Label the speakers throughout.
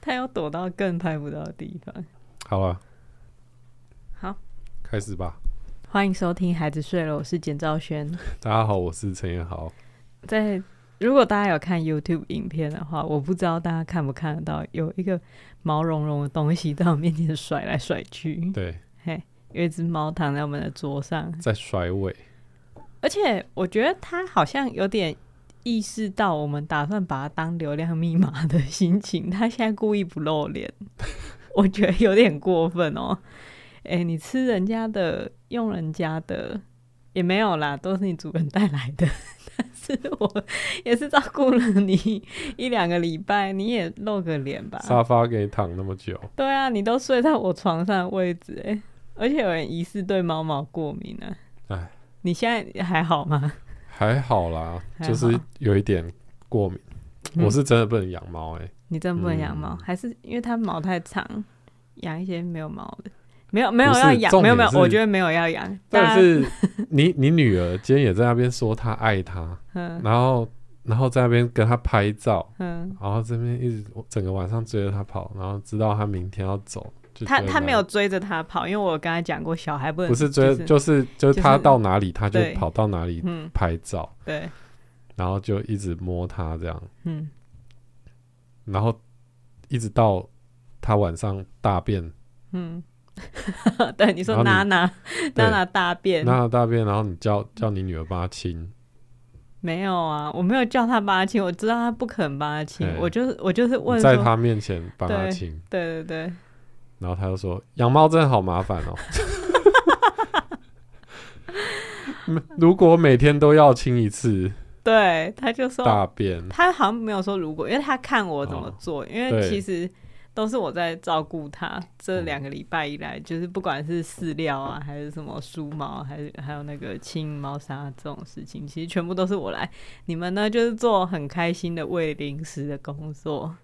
Speaker 1: 他要躲到更拍不到的地方。
Speaker 2: 好了，
Speaker 1: 好，
Speaker 2: 开始吧。
Speaker 1: 欢迎收听《孩子睡了》，我是简兆轩。
Speaker 2: 大家好，我是陈彦豪。
Speaker 1: 嗯在如果大家有看 YouTube 影片的话，我不知道大家看不看得到，有一个毛茸茸的东西在我面前甩来甩去，
Speaker 2: 对，
Speaker 1: 有一只猫躺在我们的桌上，
Speaker 2: 在甩尾，
Speaker 1: 而且我觉得它好像有点意识到我们打算把它当流量密码的心情，它现在故意不露脸， 我觉得有点过分哦。哎、你吃人家的，用人家的，也没有啦，都是你主人带来的。 但是我也是照顾了你一两个礼拜，你也露个脸吧。
Speaker 2: 沙发给你躺那么久，
Speaker 1: 对啊，你都睡在我床上的位置哎，而且有人疑似对猫毛过敏呢、啊。
Speaker 2: 哎，
Speaker 1: 你现在还好吗？
Speaker 2: 还好啦，
Speaker 1: 还好
Speaker 2: 就是有一点过敏。
Speaker 1: 嗯
Speaker 2: 我是真的不能养猫哎，
Speaker 1: 你真的不能养猫，
Speaker 2: 嗯
Speaker 1: 还是因为它毛太长，养一些没有毛的？没有没有
Speaker 2: 不是
Speaker 1: 要养，
Speaker 2: 重
Speaker 1: 没有
Speaker 2: 点
Speaker 1: 没有，
Speaker 2: 是
Speaker 1: 我觉得没有要养。
Speaker 2: 但
Speaker 1: 大家
Speaker 2: 是你你女儿今天也在那边说她爱她，
Speaker 1: 嗯
Speaker 2: 然后然后在那边跟她拍照，
Speaker 1: 嗯，
Speaker 2: 然后这边一直整个晚上追着她跑，然后直到她明天要走，就
Speaker 1: 他
Speaker 2: 觉得
Speaker 1: 他
Speaker 2: 哪
Speaker 1: 没有追着它跑，因为我刚才讲过，小孩不能
Speaker 2: 不是追，
Speaker 1: 就是
Speaker 2: 就是就是她
Speaker 1: 就是
Speaker 2: 到哪里她就
Speaker 1: 对
Speaker 2: 跑到哪里
Speaker 1: 嗯
Speaker 2: 拍照，
Speaker 1: 对
Speaker 2: 然后就一直摸她这样。
Speaker 1: 嗯
Speaker 2: 然后一直到他晚上大便，
Speaker 1: 嗯，对你说
Speaker 2: 然
Speaker 1: 娜
Speaker 2: 后你
Speaker 1: 娜
Speaker 2: 对
Speaker 1: 娜娜大便
Speaker 2: 那他大便，然后你叫叫你女儿帮他亲，
Speaker 1: 没有啊？我没有叫他帮他亲，我知道他不肯帮他亲，
Speaker 2: 对
Speaker 1: 我就是我就是问
Speaker 2: 你在
Speaker 1: 说，
Speaker 2: 他面前帮他亲，
Speaker 1: 对对对，
Speaker 2: 然后他就说养猫真的好麻烦哦。 嗯如果每天都要亲一次
Speaker 1: 对，他就说
Speaker 2: 大便，
Speaker 1: 他好像没有说如果，因为他看我怎么做，因为
Speaker 2: 哦对
Speaker 1: 其实都是我在照顾他。这两个礼拜以来，就是不管是饲料啊，还是什么梳毛，还是还有那个清猫砂这种事情，其实全部都是我来。你们呢，就是做很开心的喂零食的工作，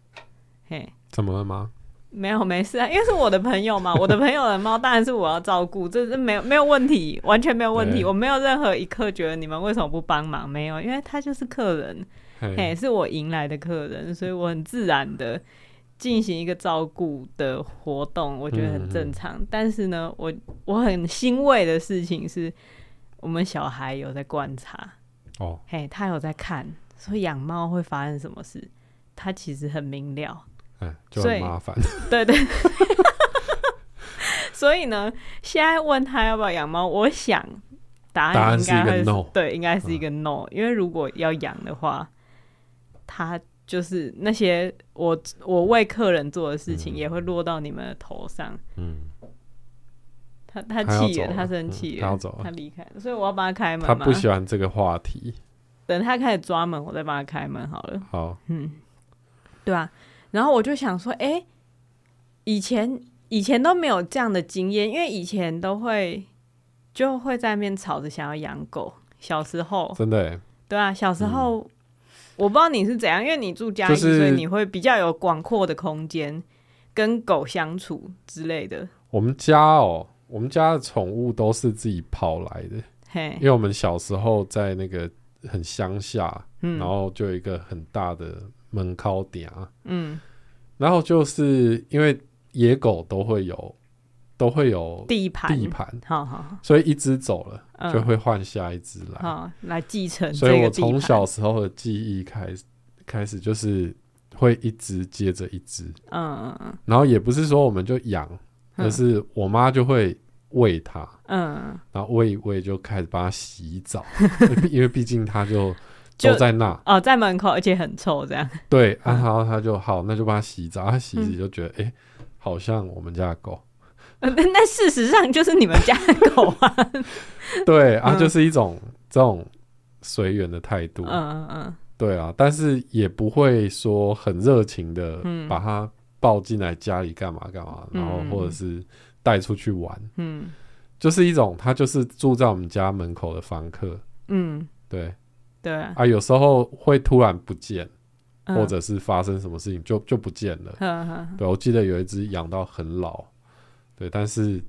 Speaker 1: 嘿。
Speaker 2: 怎么了吗？
Speaker 1: 没有，没事啊，因为是我的朋友嘛，我的朋友的猫当然是我要照顾，这是没有没有问题，完全没有问题，
Speaker 2: 对
Speaker 1: 我没有任何一刻觉得你们为什么不帮忙，没有，因为他就是客人，嘿，
Speaker 2: 嘿，
Speaker 1: 是我迎来的客人，所以我很自然的进行一个照顾的活动，我觉得很正常。但是呢，我我很欣慰的事情是，我们小孩有在观察，
Speaker 2: 哦，
Speaker 1: 嘿，他有在看，说养猫会发生什么事，他其实很明了。
Speaker 2: 哎，就
Speaker 1: 所
Speaker 2: 很
Speaker 1: 以
Speaker 2: 麻烦。
Speaker 1: 对 对。所以呢，现在问他要不要养猫，我想答
Speaker 2: 答
Speaker 1: 案
Speaker 2: 案
Speaker 1: 应
Speaker 2: 是一
Speaker 1: 该
Speaker 2: 个
Speaker 1: 会
Speaker 2: no 嗯
Speaker 1: 对，应该是一个 no，、因为如果要养的话，他就是那些我我为客人做的事情
Speaker 2: 嗯
Speaker 1: 也会落到你们的头上。
Speaker 2: 嗯，
Speaker 1: 他他
Speaker 2: 他要
Speaker 1: 气
Speaker 2: 走
Speaker 1: 了，
Speaker 2: 了
Speaker 1: 他生气
Speaker 2: 嗯他
Speaker 1: 了，
Speaker 2: 要走了
Speaker 1: 他离开了，所以我要帮他开门
Speaker 2: 他
Speaker 1: 嘛。
Speaker 2: 不喜欢这个话题。
Speaker 1: 等他开始抓门，我再帮他开门好了。
Speaker 2: 好，
Speaker 1: 对啊，然后我就想说，哎、以前以前都没有这样的经验，因为以前都会就会在那边吵着想要养狗。小时候，
Speaker 2: 真的欸耶，
Speaker 1: 对啊，小时候、我不知道你是怎样，因为你住家里，
Speaker 2: 嗯就是
Speaker 1: 所以你会比较有广阔的空间跟狗相处之类的。
Speaker 2: 我们家哦，我们家的宠物都是自己跑来的，
Speaker 1: 嘿
Speaker 2: 因，为我们小时候在那个很乡下，然
Speaker 1: 嗯
Speaker 2: 后就有一个很大的门靠顶啊，
Speaker 1: 嗯，
Speaker 2: 然后就是因为野狗都会有都会有
Speaker 1: 地盘，
Speaker 2: 地盘，
Speaker 1: 好好
Speaker 2: 所以一只走了、
Speaker 1: 嗯
Speaker 2: 就会换下一只来。
Speaker 1: 好，来继承
Speaker 2: 所以
Speaker 1: 这
Speaker 2: 我
Speaker 1: 个地
Speaker 2: 从
Speaker 1: 盘。
Speaker 2: 小时候的记忆开始开始就是会一只接着一只，
Speaker 1: 嗯嗯
Speaker 2: 然后也不是说我们就养，
Speaker 1: 嗯
Speaker 2: 而是我妈就会喂它，
Speaker 1: 嗯，
Speaker 2: 然后喂一喂就开始帮它 洗澡，因为毕竟它就
Speaker 1: 就
Speaker 2: 坐在那。
Speaker 1: 哦，在门口，而且很臭，这样。
Speaker 2: 对，啊、
Speaker 1: 嗯
Speaker 2: 然后他就好，那就帮他洗澡，他洗一洗就觉得，哎、好像我们家的狗。
Speaker 1: 呃那那事实上就是你们家的狗 啊。
Speaker 2: 对啊，
Speaker 1: 嗯
Speaker 2: 就是一种这种随缘的态度。
Speaker 1: 嗯嗯嗯，
Speaker 2: 对啊，但是也不会说很热情的
Speaker 1: 嗯
Speaker 2: 把它抱进来家里干嘛干嘛，然后
Speaker 1: 嗯
Speaker 2: 或者是带出去玩，
Speaker 1: 嗯
Speaker 2: 就是一种他就是住在我们家门口的房客。
Speaker 1: 嗯，
Speaker 2: 对
Speaker 1: 对啊，
Speaker 2: 啊，有时候会突然不见，
Speaker 1: 嗯
Speaker 2: 或者是发生什么事情就就不见了。
Speaker 1: 呵呵
Speaker 2: 对，我记得有一只养到很老，对，但是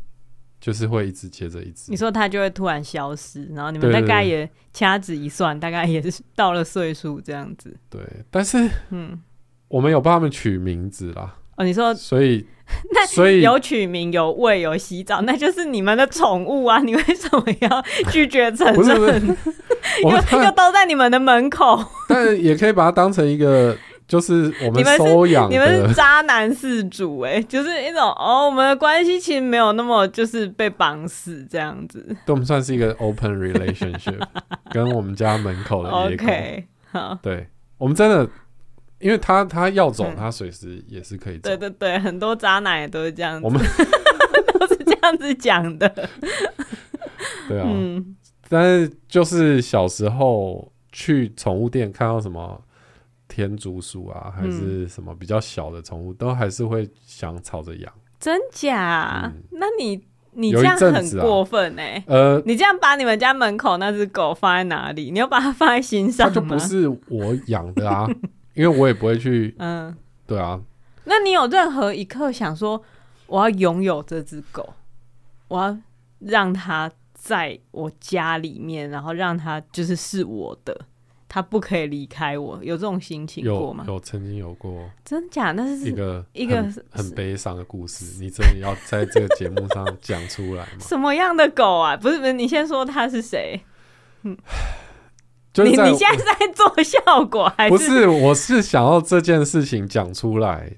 Speaker 2: 就是会一只接着一只
Speaker 1: 你。说它就会突然消失，然后你们
Speaker 2: 对
Speaker 1: 大
Speaker 2: 对
Speaker 1: 概
Speaker 2: 对
Speaker 1: 也掐指一算，大概也是到了岁数这样子。
Speaker 2: 对，但是
Speaker 1: 嗯，
Speaker 2: 我们有帮他们取名字啦，
Speaker 1: 哦哦，你说
Speaker 2: 所以
Speaker 1: 那
Speaker 2: 所以
Speaker 1: 有取名、有喂、有洗澡，那就是你们的宠物啊！你为什么 要拒绝承
Speaker 2: 不是不
Speaker 1: 认？
Speaker 2: 是，我们
Speaker 1: 又又都在你们的门口，
Speaker 2: 但也可以把它当成一个，就是我
Speaker 1: 你们是
Speaker 2: 收养
Speaker 1: 你们是
Speaker 2: 的，
Speaker 1: 渣男饲主哎、就是一种哦，我们的关系其实没有那么就是被绑死这样子。
Speaker 2: 对我们算是一个 open relationship，跟 我们家门口的野狗。
Speaker 1: OK，好，
Speaker 2: 对，我们真的，因为他他要走，
Speaker 1: 嗯
Speaker 2: 他随时也是可以走
Speaker 1: 对。对对，很多渣男也都是这样
Speaker 2: 我
Speaker 1: 子，
Speaker 2: 们
Speaker 1: 都是这样子讲的。
Speaker 2: 对啊，
Speaker 1: 嗯，
Speaker 2: 但是就是小时候去宠物店看到什么天竺鼠啊，还是什么比较小的宠物，都还是会想吵着养。
Speaker 1: 真假？
Speaker 2: 嗯
Speaker 1: 那你你
Speaker 2: 有
Speaker 1: 这
Speaker 2: 一
Speaker 1: 样
Speaker 2: 阵
Speaker 1: 很
Speaker 2: 子啊
Speaker 1: 过分哎、
Speaker 2: 呃，
Speaker 1: 你这样把你们家门口那只狗放在哪里？你要把它放在心上
Speaker 2: 它
Speaker 1: 吗？
Speaker 2: 就不是我养的啊， 因为我也不会去。
Speaker 1: 嗯，
Speaker 2: 对啊，
Speaker 1: 那你有任何一刻想说我要拥有这只狗，我要让它在我家里面，然后让它就是是我的，它不可以离开我，有这种心情过
Speaker 2: 有
Speaker 1: 吗？
Speaker 2: 有曾经有过
Speaker 1: 真假？那
Speaker 2: 一
Speaker 1: 是
Speaker 2: 个
Speaker 1: 一个
Speaker 2: 很
Speaker 1: 是
Speaker 2: 很悲伤的故事，你真的要在这个节目上讲出来吗？
Speaker 1: 什么样的狗啊？不是不是，你先说它是谁？
Speaker 2: 就
Speaker 1: 你
Speaker 2: 是在
Speaker 1: 你现在是在做效果还
Speaker 2: 不是，我是想要这件事情讲出来，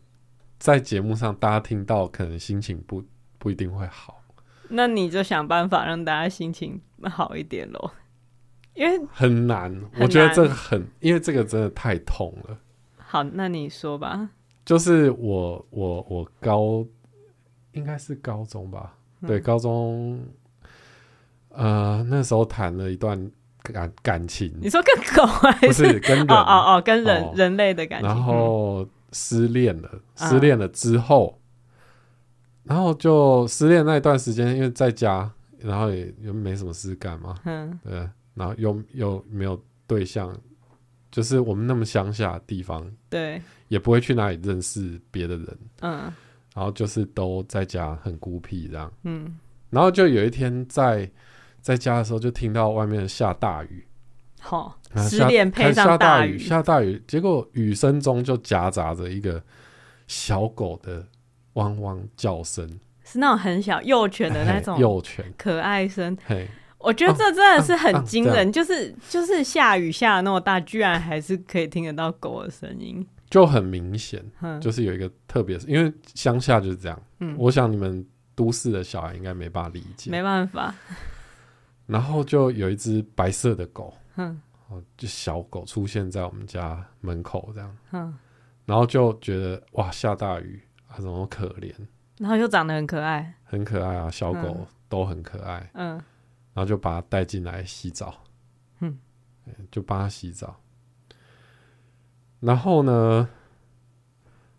Speaker 2: 在节目上大家听到，可能心情不不一定会好，
Speaker 1: 那你就想办法让大家心情好一点喽，因为
Speaker 2: 很难。
Speaker 1: 难
Speaker 2: 我觉得这个很，因为这个真的太痛了。
Speaker 1: 好，那你说吧。
Speaker 2: 就是我我我高应该是高中吧，
Speaker 1: 嗯
Speaker 2: 对，高中，呃，那时候谈了一段感感情，
Speaker 1: 你说跟狗还
Speaker 2: 不是跟人，
Speaker 1: 哦哦哦，跟人、
Speaker 2: 哦
Speaker 1: 人类的感嗯情。
Speaker 2: 然后失恋了，
Speaker 1: 啊
Speaker 2: 失恋了之后，然后就失恋那一段时间，因为在家，然后也又没什么事干嘛，
Speaker 1: 嗯，
Speaker 2: 对，然后又又没有对象，就是我们那么乡下的地方，
Speaker 1: 嗯对，
Speaker 2: 也不会去哪里认识别的人，
Speaker 1: 嗯
Speaker 2: 然后就是都在家很孤僻这样，
Speaker 1: 嗯，
Speaker 2: 然后就有一天在在家的时候，就听到外面下大雨，
Speaker 1: 好，
Speaker 2: 啊
Speaker 1: 失
Speaker 2: 下
Speaker 1: 恋配
Speaker 2: 开始
Speaker 1: 上
Speaker 2: 下大
Speaker 1: 雨，
Speaker 2: 下大雨，结果雨声中就夹杂着一个小狗的汪汪叫声，
Speaker 1: 是那种很小幼犬的那
Speaker 2: 嘿
Speaker 1: 种
Speaker 2: 幼犬，
Speaker 1: 可爱声。
Speaker 2: 嘿，
Speaker 1: 我觉得这真的是
Speaker 2: 嗯
Speaker 1: 很
Speaker 2: 嗯
Speaker 1: 惊
Speaker 2: 这
Speaker 1: 人，就是就是下雨下的那么大，居然还是可以听得到狗的声音。
Speaker 2: 就很明显，
Speaker 1: 嗯，
Speaker 2: 就是有一个特别，因为乡下就是这样，
Speaker 1: 嗯
Speaker 2: 我想你们都市的小孩应该没办法理解。
Speaker 1: 没办法，
Speaker 2: 然后就有一只白色的狗，
Speaker 1: 嗯
Speaker 2: 哦，就小狗出现在我们家门口这样，
Speaker 1: 嗯，
Speaker 2: 然后就觉得哇，下大雨啊，怎么可怜，
Speaker 1: 然后又长得很可爱，
Speaker 2: 很可爱啊，小狗
Speaker 1: 嗯
Speaker 2: 都很可爱。
Speaker 1: 嗯
Speaker 2: 然后就把它带进来洗澡，
Speaker 1: 嗯
Speaker 2: 嗯，就帮它洗澡。然后呢，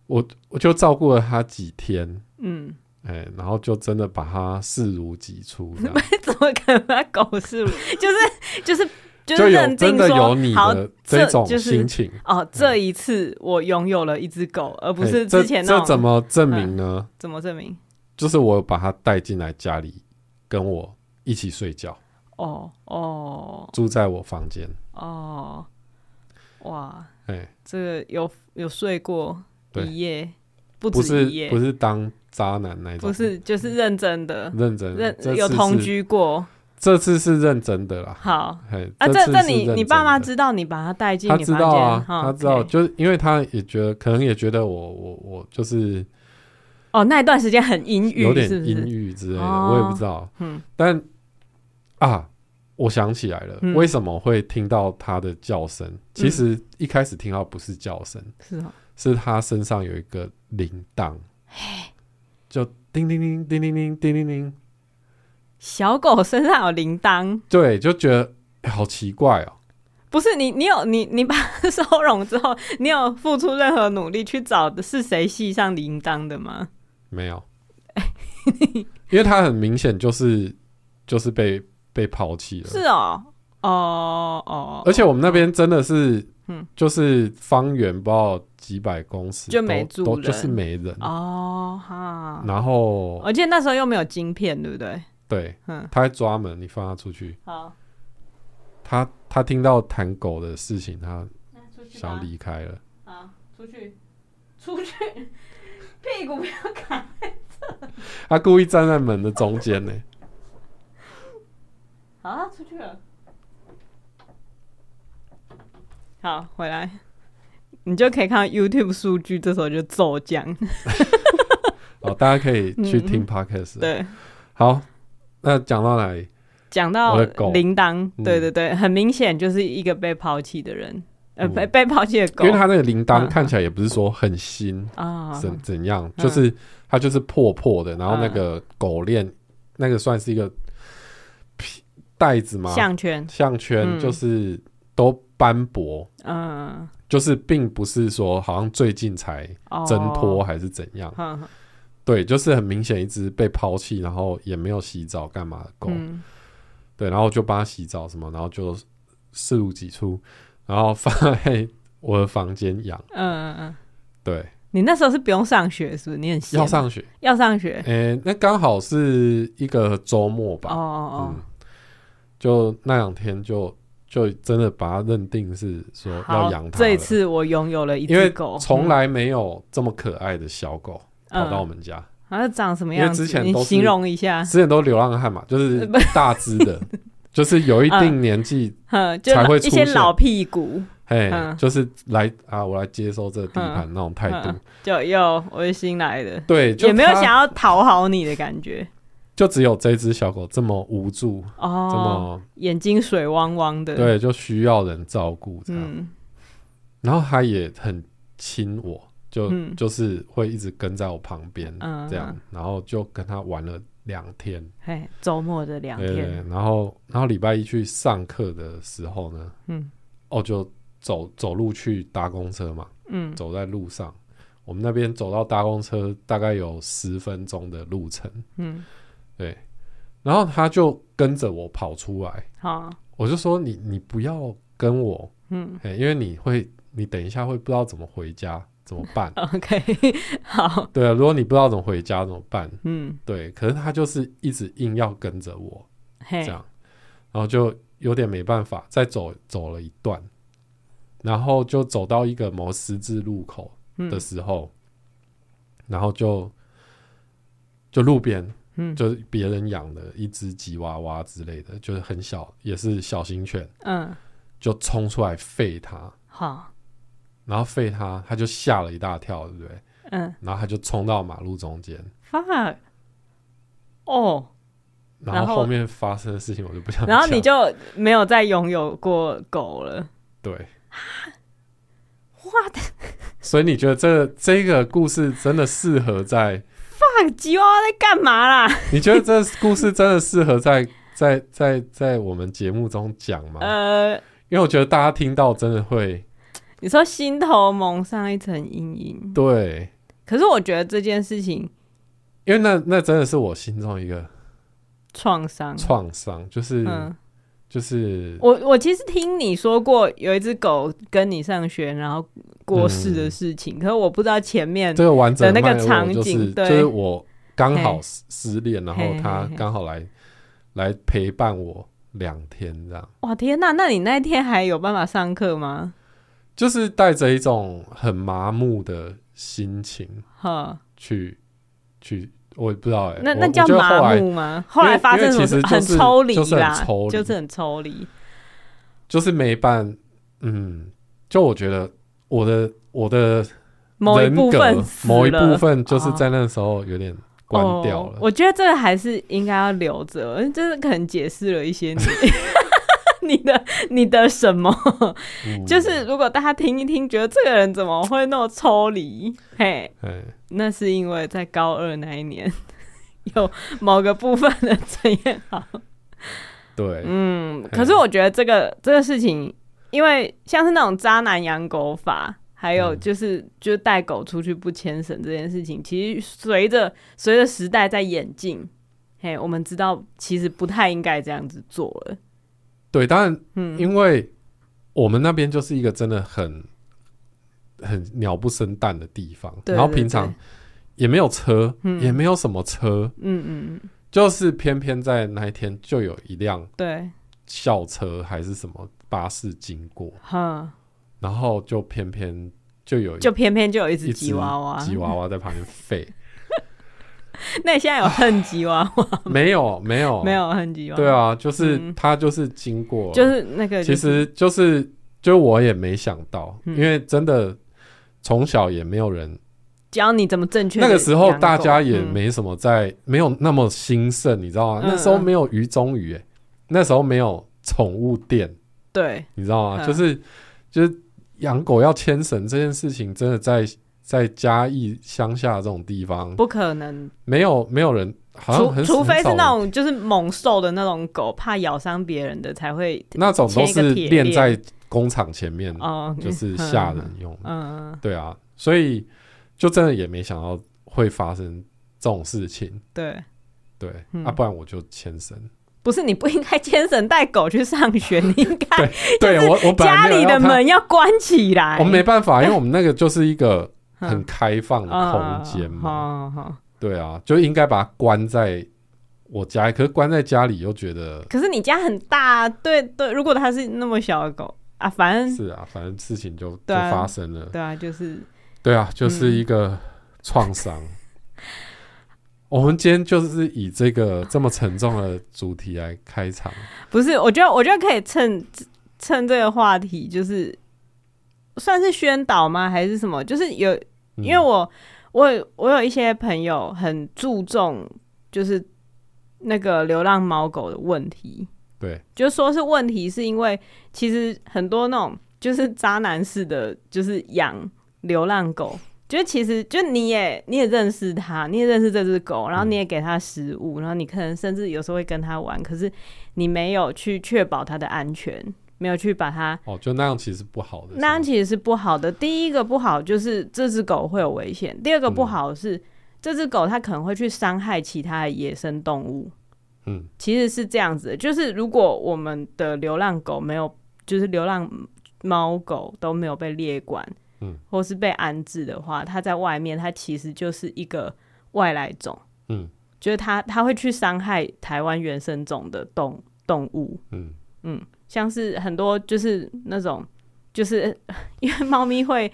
Speaker 2: 我我就照顾了它几天，
Speaker 1: 嗯，
Speaker 2: 哎、然后就真的把它视如己出，这样
Speaker 1: 怎么可能把狗 是？就是就是就是
Speaker 2: 就有
Speaker 1: 认定
Speaker 2: 真的
Speaker 1: 说
Speaker 2: 有你
Speaker 1: 好
Speaker 2: 的嗯这种
Speaker 1: 就是
Speaker 2: 心情，
Speaker 1: 哦，这一次我拥有了一只狗，而不
Speaker 2: 哎
Speaker 1: 是
Speaker 2: 这
Speaker 1: 之前那种嗯
Speaker 2: 这怎么证明呢？
Speaker 1: 怎么证明？
Speaker 2: 就是我有把它带进来家里，跟我一起睡觉，
Speaker 1: 哦哦
Speaker 2: 住在我房间，
Speaker 1: 哦，哇，
Speaker 2: 哎、
Speaker 1: 这个有有睡过
Speaker 2: 对
Speaker 1: 一夜，不
Speaker 2: 不
Speaker 1: 止
Speaker 2: 是
Speaker 1: 一夜，
Speaker 2: 不是当渣男那种，
Speaker 1: 不是就是认真的
Speaker 2: 认真
Speaker 1: 认
Speaker 2: 嗯这
Speaker 1: 有
Speaker 2: 次
Speaker 1: 同
Speaker 2: 是
Speaker 1: 居过。
Speaker 2: 这次是认真的啦。
Speaker 1: 好
Speaker 2: 嘿
Speaker 1: 啊，
Speaker 2: 这
Speaker 1: 这
Speaker 2: 次
Speaker 1: 这
Speaker 2: 是认
Speaker 1: 你
Speaker 2: 真
Speaker 1: 你爸妈
Speaker 2: 的
Speaker 1: 知道你把他带进
Speaker 2: 他
Speaker 1: 你
Speaker 2: 知
Speaker 1: 房
Speaker 2: 道
Speaker 1: 间，
Speaker 2: 啊，
Speaker 1: 哦
Speaker 2: 他知道，
Speaker 1: OK
Speaker 2: 就是因为他也觉得，可能也觉得我我我就是
Speaker 1: 哦，那一段时间很阴郁，
Speaker 2: 有点
Speaker 1: 是不
Speaker 2: 阴
Speaker 1: 是？
Speaker 2: 郁之类的，
Speaker 1: 哦
Speaker 2: 我也不知道。
Speaker 1: 嗯
Speaker 2: 但啊，我想起来了，
Speaker 1: 嗯
Speaker 2: 为什么会听到他的叫声？其实一开始听到不是叫声，
Speaker 1: 是哦，
Speaker 2: 是他身上有一个铃铛，就叮叮叮叮叮叮叮叮叮，
Speaker 1: 小狗身上有铃铛，
Speaker 2: 对，就觉得、哎好奇怪哦。
Speaker 1: 不是你，你有你你把它 收容之后，你有付出任何努力去找的是谁系上铃铛的吗？
Speaker 2: 没有， 因为他很明显就是就是被被抛弃了。
Speaker 1: 是哦，哦哦，
Speaker 2: 而且我们那边真的是，
Speaker 1: 嗯
Speaker 2: 就是方圆不知道几百公尺
Speaker 1: 就
Speaker 2: 都
Speaker 1: 没住
Speaker 2: 都
Speaker 1: 人
Speaker 2: 就是没人。
Speaker 1: 哦哈，
Speaker 2: 然后、
Speaker 1: 而且那时候又没有晶片，对不对？
Speaker 2: 对
Speaker 1: 嗯，
Speaker 2: 他在抓门，你放他出去，
Speaker 1: 好，
Speaker 2: 他他听到弹狗的事情，他
Speaker 1: 那出去
Speaker 2: 想要
Speaker 1: 吧，
Speaker 2: 离开了。
Speaker 1: 好，出去，出去， 屁股不要卡。
Speaker 2: 他故意站在门的 中间呢、
Speaker 1: 好，他啊出去了。好，回来，你就可以看到 YouTube 数据，这时候就骤降。
Speaker 2: 哦，大家可以去听
Speaker 1: 嗯
Speaker 2: podcast。，
Speaker 1: 对，
Speaker 2: 好，那讲到哪里？
Speaker 1: 讲到
Speaker 2: 我的狗
Speaker 1: 铃铛，
Speaker 2: 嗯
Speaker 1: 对对对，很明显就是一个被抛弃的人，呃，
Speaker 2: 嗯
Speaker 1: 被被抛弃的狗
Speaker 2: 因为它那个铃铛
Speaker 1: 嗯
Speaker 2: 看起来也不是说很新，
Speaker 1: 啊，
Speaker 2: 怎怎样，
Speaker 1: 嗯
Speaker 2: 就是它就是破破的，然后那
Speaker 1: 嗯
Speaker 2: 个狗链，那个算是一个皮带子吗？
Speaker 1: 项圈，
Speaker 2: 项圈
Speaker 1: 嗯
Speaker 2: 就是都斑驳，
Speaker 1: 嗯，
Speaker 2: 就是并不是说好像最近才
Speaker 1: 哦
Speaker 2: 挣脱，还是怎样，
Speaker 1: 哼哼
Speaker 2: 对，就是很明显一只被抛弃，然后也没有洗澡干嘛的狗，
Speaker 1: 嗯
Speaker 2: 对，然后就帮它洗澡什么，然后就视如己出，然后放在我的房间养，
Speaker 1: 嗯嗯嗯，
Speaker 2: 对，
Speaker 1: 你那时候是不用上学是不是？你很闲
Speaker 2: 要上学，
Speaker 1: 要上学
Speaker 2: 诶、那刚好是一个周末
Speaker 1: 哦
Speaker 2: 吧，
Speaker 1: 哦
Speaker 2: 嗯，就那两天就就真的把它认定是说
Speaker 1: 哦，好
Speaker 2: 嗯要养，它了，
Speaker 1: 这一次我拥有了一
Speaker 2: 因为
Speaker 1: 只狗，
Speaker 2: 从来没有这么可爱的小狗
Speaker 1: 嗯
Speaker 2: 跑到我们家，
Speaker 1: 它啊长什么样子？
Speaker 2: 因为之前
Speaker 1: 你
Speaker 2: 都是
Speaker 1: 形容一下，
Speaker 2: 之前都流浪汉嘛，就是大只的，就是有一定年 纪，
Speaker 1: 哼，就
Speaker 2: 才会
Speaker 1: 一些
Speaker 2: 出现
Speaker 1: 老屁股，
Speaker 2: 嘿，
Speaker 1: 嗯
Speaker 2: 就是来啊，我来接受这个地盘那种态度，
Speaker 1: 嗯就又我是新来的，
Speaker 2: 对，就
Speaker 1: 也没有
Speaker 2: 它
Speaker 1: 想，要讨好你的感觉
Speaker 2: 就只有这只小狗这么无助，这
Speaker 1: 哦，
Speaker 2: 么
Speaker 1: 眼睛水汪汪的，，
Speaker 2: 对，就需要人照顾这样。
Speaker 1: 嗯
Speaker 2: 然后它也很亲我，就、
Speaker 1: 嗯
Speaker 2: 就是会一直跟在我旁边、
Speaker 1: 嗯，
Speaker 2: 这样，然后就跟它玩了两天，
Speaker 1: 嘿，周末的两
Speaker 2: 对对对
Speaker 1: 天，，
Speaker 2: 然后然后礼拜一去上课的时候呢，
Speaker 1: 嗯
Speaker 2: 哦就走走路去搭公车嘛，
Speaker 1: 嗯
Speaker 2: 走在路上，我们那边走到搭公车大概有十分钟的路程，
Speaker 1: 嗯，
Speaker 2: 对，然后它就跟着我跑出来，
Speaker 1: 好，
Speaker 2: 我就说你你不要跟我，
Speaker 1: 嗯
Speaker 2: 嘿因为你会你等一下会不知道怎么回家怎么办。
Speaker 1: ，OK，好，
Speaker 2: 对啊，如果你不知道怎么回家怎么办？
Speaker 1: 嗯，
Speaker 2: 对，可是他就是一直硬要跟着我这
Speaker 1: 嘿，
Speaker 2: 样，然后就有点没办法，再走走了一段，然后就走到一个某十字路口
Speaker 1: 嗯
Speaker 2: 的时候，然后就就路边
Speaker 1: 嗯
Speaker 2: 就是别人养的一只吉娃娃之类的，就是很小，也是小型犬，
Speaker 1: 嗯，
Speaker 2: 就冲出来吠它，
Speaker 1: 好，
Speaker 2: 然后吠它，它就吓了一大跳，对不对？
Speaker 1: 嗯
Speaker 2: 然后它就冲到马路中间。
Speaker 1: ，fuck，哦。
Speaker 2: 然
Speaker 1: 然
Speaker 2: 后
Speaker 1: 后
Speaker 2: 后面发生的事情我就不想讲。
Speaker 1: 然后你就没有再拥有过狗了。
Speaker 2: 对，
Speaker 1: 哇，
Speaker 2: 所以你觉得这这个故事真的适合在？
Speaker 1: 那吉娃娃在干嘛啦？
Speaker 2: 你觉得这故事真的适合在 在在在我们节目中讲吗？
Speaker 1: 呃，
Speaker 2: 因为我觉得大家听到真的会
Speaker 1: 你说心头蒙上一层阴影，
Speaker 2: 对，
Speaker 1: 可是我觉得这件事情
Speaker 2: 因为那那真的是我心中一个
Speaker 1: 创伤，
Speaker 2: 创伤，就是、
Speaker 1: 嗯，
Speaker 2: 就是
Speaker 1: 我我其实听你说过有一只狗跟你上学，然后过世的事
Speaker 2: 嗯
Speaker 1: 情，可是我不知道前面
Speaker 2: 这个完整
Speaker 1: 的那个
Speaker 2: 脉络
Speaker 1: 场
Speaker 2: 就是
Speaker 1: 景
Speaker 2: 就
Speaker 1: 对
Speaker 2: 是我刚好失失恋，然后
Speaker 1: 嘿
Speaker 2: 他
Speaker 1: 嘿嘿
Speaker 2: 刚好来来陪伴我两天这样。
Speaker 1: 哇天呐，那你那天还有办法上课吗？
Speaker 2: 就是带着一种很麻木的心情
Speaker 1: 哈，
Speaker 2: 去去，我也不知道哎、欸，
Speaker 1: 那
Speaker 2: 我
Speaker 1: 那叫
Speaker 2: 我觉得后
Speaker 1: 麻
Speaker 2: 来
Speaker 1: 木吗？后来发生什么事？
Speaker 2: 因为其实就是
Speaker 1: 很抽离
Speaker 2: 就是
Speaker 1: 啦
Speaker 2: 很抽，离
Speaker 1: 就是很抽离。
Speaker 2: 就是没办，嗯，就我觉得我的我的
Speaker 1: 某一
Speaker 2: 人
Speaker 1: 部
Speaker 2: 格
Speaker 1: 分死
Speaker 2: 某一部
Speaker 1: 了
Speaker 2: 分就是在那时候有点关掉
Speaker 1: 哦
Speaker 2: 了。
Speaker 1: 我觉得这个还是应该要留着，就是可能解释了一些你你 的你的什么，
Speaker 2: 嗯
Speaker 1: 就是如果大家听一听，觉得这个人怎么会那么抽离？嘿，
Speaker 2: 哎，
Speaker 1: 那是因为在高二那一年 有某个部分的陈彦豪。
Speaker 2: 对，
Speaker 1: 嗯，
Speaker 2: 嘿
Speaker 1: 可是我觉得这个这个事情，因为像是那种渣男养狗法，还有
Speaker 2: 嗯
Speaker 1: 就是、就是带狗出去不牵绳这件事情，其实随着随着时代在演进，嘿，我们知道其实不太应该这样子做了。
Speaker 2: 对，当然，
Speaker 1: 嗯
Speaker 2: 因为我们那边就是一个真的很很鸟不生蛋的地方，
Speaker 1: 对
Speaker 2: 然后
Speaker 1: 对
Speaker 2: 平常
Speaker 1: 对
Speaker 2: 也没有车，
Speaker 1: 嗯
Speaker 2: 也没有什么车，
Speaker 1: 嗯嗯，嗯
Speaker 2: 就是偏偏在那一天就有一辆
Speaker 1: 对，
Speaker 2: 校车还是什么巴士经过，
Speaker 1: 哈，
Speaker 2: 然后就偏偏就有一
Speaker 1: 就偏偏就有一只
Speaker 2: 一
Speaker 1: 吉娃娃。
Speaker 2: 吉娃娃在旁边 吠，
Speaker 1: 那你现在有恨吉娃 娃？
Speaker 2: 没有没有
Speaker 1: 没，有恨吉娃娃？
Speaker 2: 哦对，啊，就是、
Speaker 1: 嗯
Speaker 2: 他就是经过，
Speaker 1: 就是那个、
Speaker 2: 其实就是就我也没想到，
Speaker 1: 嗯
Speaker 2: 因为真的从小也没有人，
Speaker 1: 教你怎么正确地
Speaker 2: 那
Speaker 1: 养狗。
Speaker 2: 个时候大家也
Speaker 1: 嗯
Speaker 2: 没什么在、没有那么兴盛，你知道吗？
Speaker 1: 嗯
Speaker 2: 那时候
Speaker 1: 嗯
Speaker 2: 没有鱼中鱼、欸，那时候没有宠物店，
Speaker 1: 对，
Speaker 2: 你知道吗？
Speaker 1: 嗯
Speaker 2: 就是就是养狗要牵绳这件事情，真的在在嘉义乡下这种地方，
Speaker 1: 不可能，
Speaker 2: 没有没有人，好像
Speaker 1: 除
Speaker 2: 很欸
Speaker 1: 除非是
Speaker 2: 很
Speaker 1: 那
Speaker 2: 少
Speaker 1: 种
Speaker 2: 人
Speaker 1: 就是猛兽的那种狗，怕咬伤别人的才会
Speaker 2: 那种都
Speaker 1: 牵一
Speaker 2: 是
Speaker 1: 个铁
Speaker 2: 练
Speaker 1: 链
Speaker 2: 在工厂前面，
Speaker 1: 哦，
Speaker 2: 嗯就是吓人用的。
Speaker 1: 嗯，嗯，
Speaker 2: 对啊，所以就真的也没想到会发生这种事情。
Speaker 1: 对，
Speaker 2: 对，
Speaker 1: 嗯
Speaker 2: 啊，不然我就牵绳。
Speaker 1: 不是你不应该牵绳带狗去上学，你应该
Speaker 2: 对我，我本
Speaker 1: 家
Speaker 2: 来没有
Speaker 1: 里
Speaker 2: 要
Speaker 1: 的
Speaker 2: 他，
Speaker 1: 门要关起来。
Speaker 2: 我没办法，因为我们那个就是一个
Speaker 1: 嗯
Speaker 2: 很开放的空间
Speaker 1: 嗯
Speaker 2: 嘛。
Speaker 1: 好好好
Speaker 2: 对啊，就应该把它关在我家里，可是关在家里又觉得
Speaker 1: 可是你家很大，对对，如果它是那么小的狗啊，反正
Speaker 2: 是啊，反正事情就就
Speaker 1: 对啊
Speaker 2: 发生了。
Speaker 1: 对啊，就是
Speaker 2: 对啊，就是一个创伤。
Speaker 1: 嗯
Speaker 2: 我们今天就是以这个这么沉重的主题来开场。
Speaker 1: 不是，我觉得我觉得可以趁趁这个话题，就是算是宣导吗，还是什么？就是有，
Speaker 2: 嗯
Speaker 1: 因为我我有我有一些朋友很注重，就是那个流浪猫狗的问题，
Speaker 2: 对，
Speaker 1: 就说是问题，是因为其实很多那种就是渣男式的，就是养流浪狗。就其实就你也你也认识它，你也认识这只狗，然后
Speaker 2: 嗯
Speaker 1: 你也给它食物，然后你可能甚至有时候会跟它玩，可是你没有去确保它的安全，没有去把它
Speaker 2: 哦，就那样其实不好的是吗。
Speaker 1: 那样其实是不好的。第一个不好就是这只狗会有危险，第二个不
Speaker 2: 嗯
Speaker 1: 好是、这只狗它可能会去伤害其他的野生动物。
Speaker 2: 嗯
Speaker 1: 其实是这样子的，就是如果我们的流浪狗没有，就是流浪猫狗都没有被列管，
Speaker 2: 嗯，
Speaker 1: 或是被安置的话，它在外面它其实就是一个外来种，
Speaker 2: 嗯
Speaker 1: 就是它它会去伤害台湾原生种的动动物，
Speaker 2: 嗯
Speaker 1: 嗯，像是很多就是那种，就是 因为猫咪会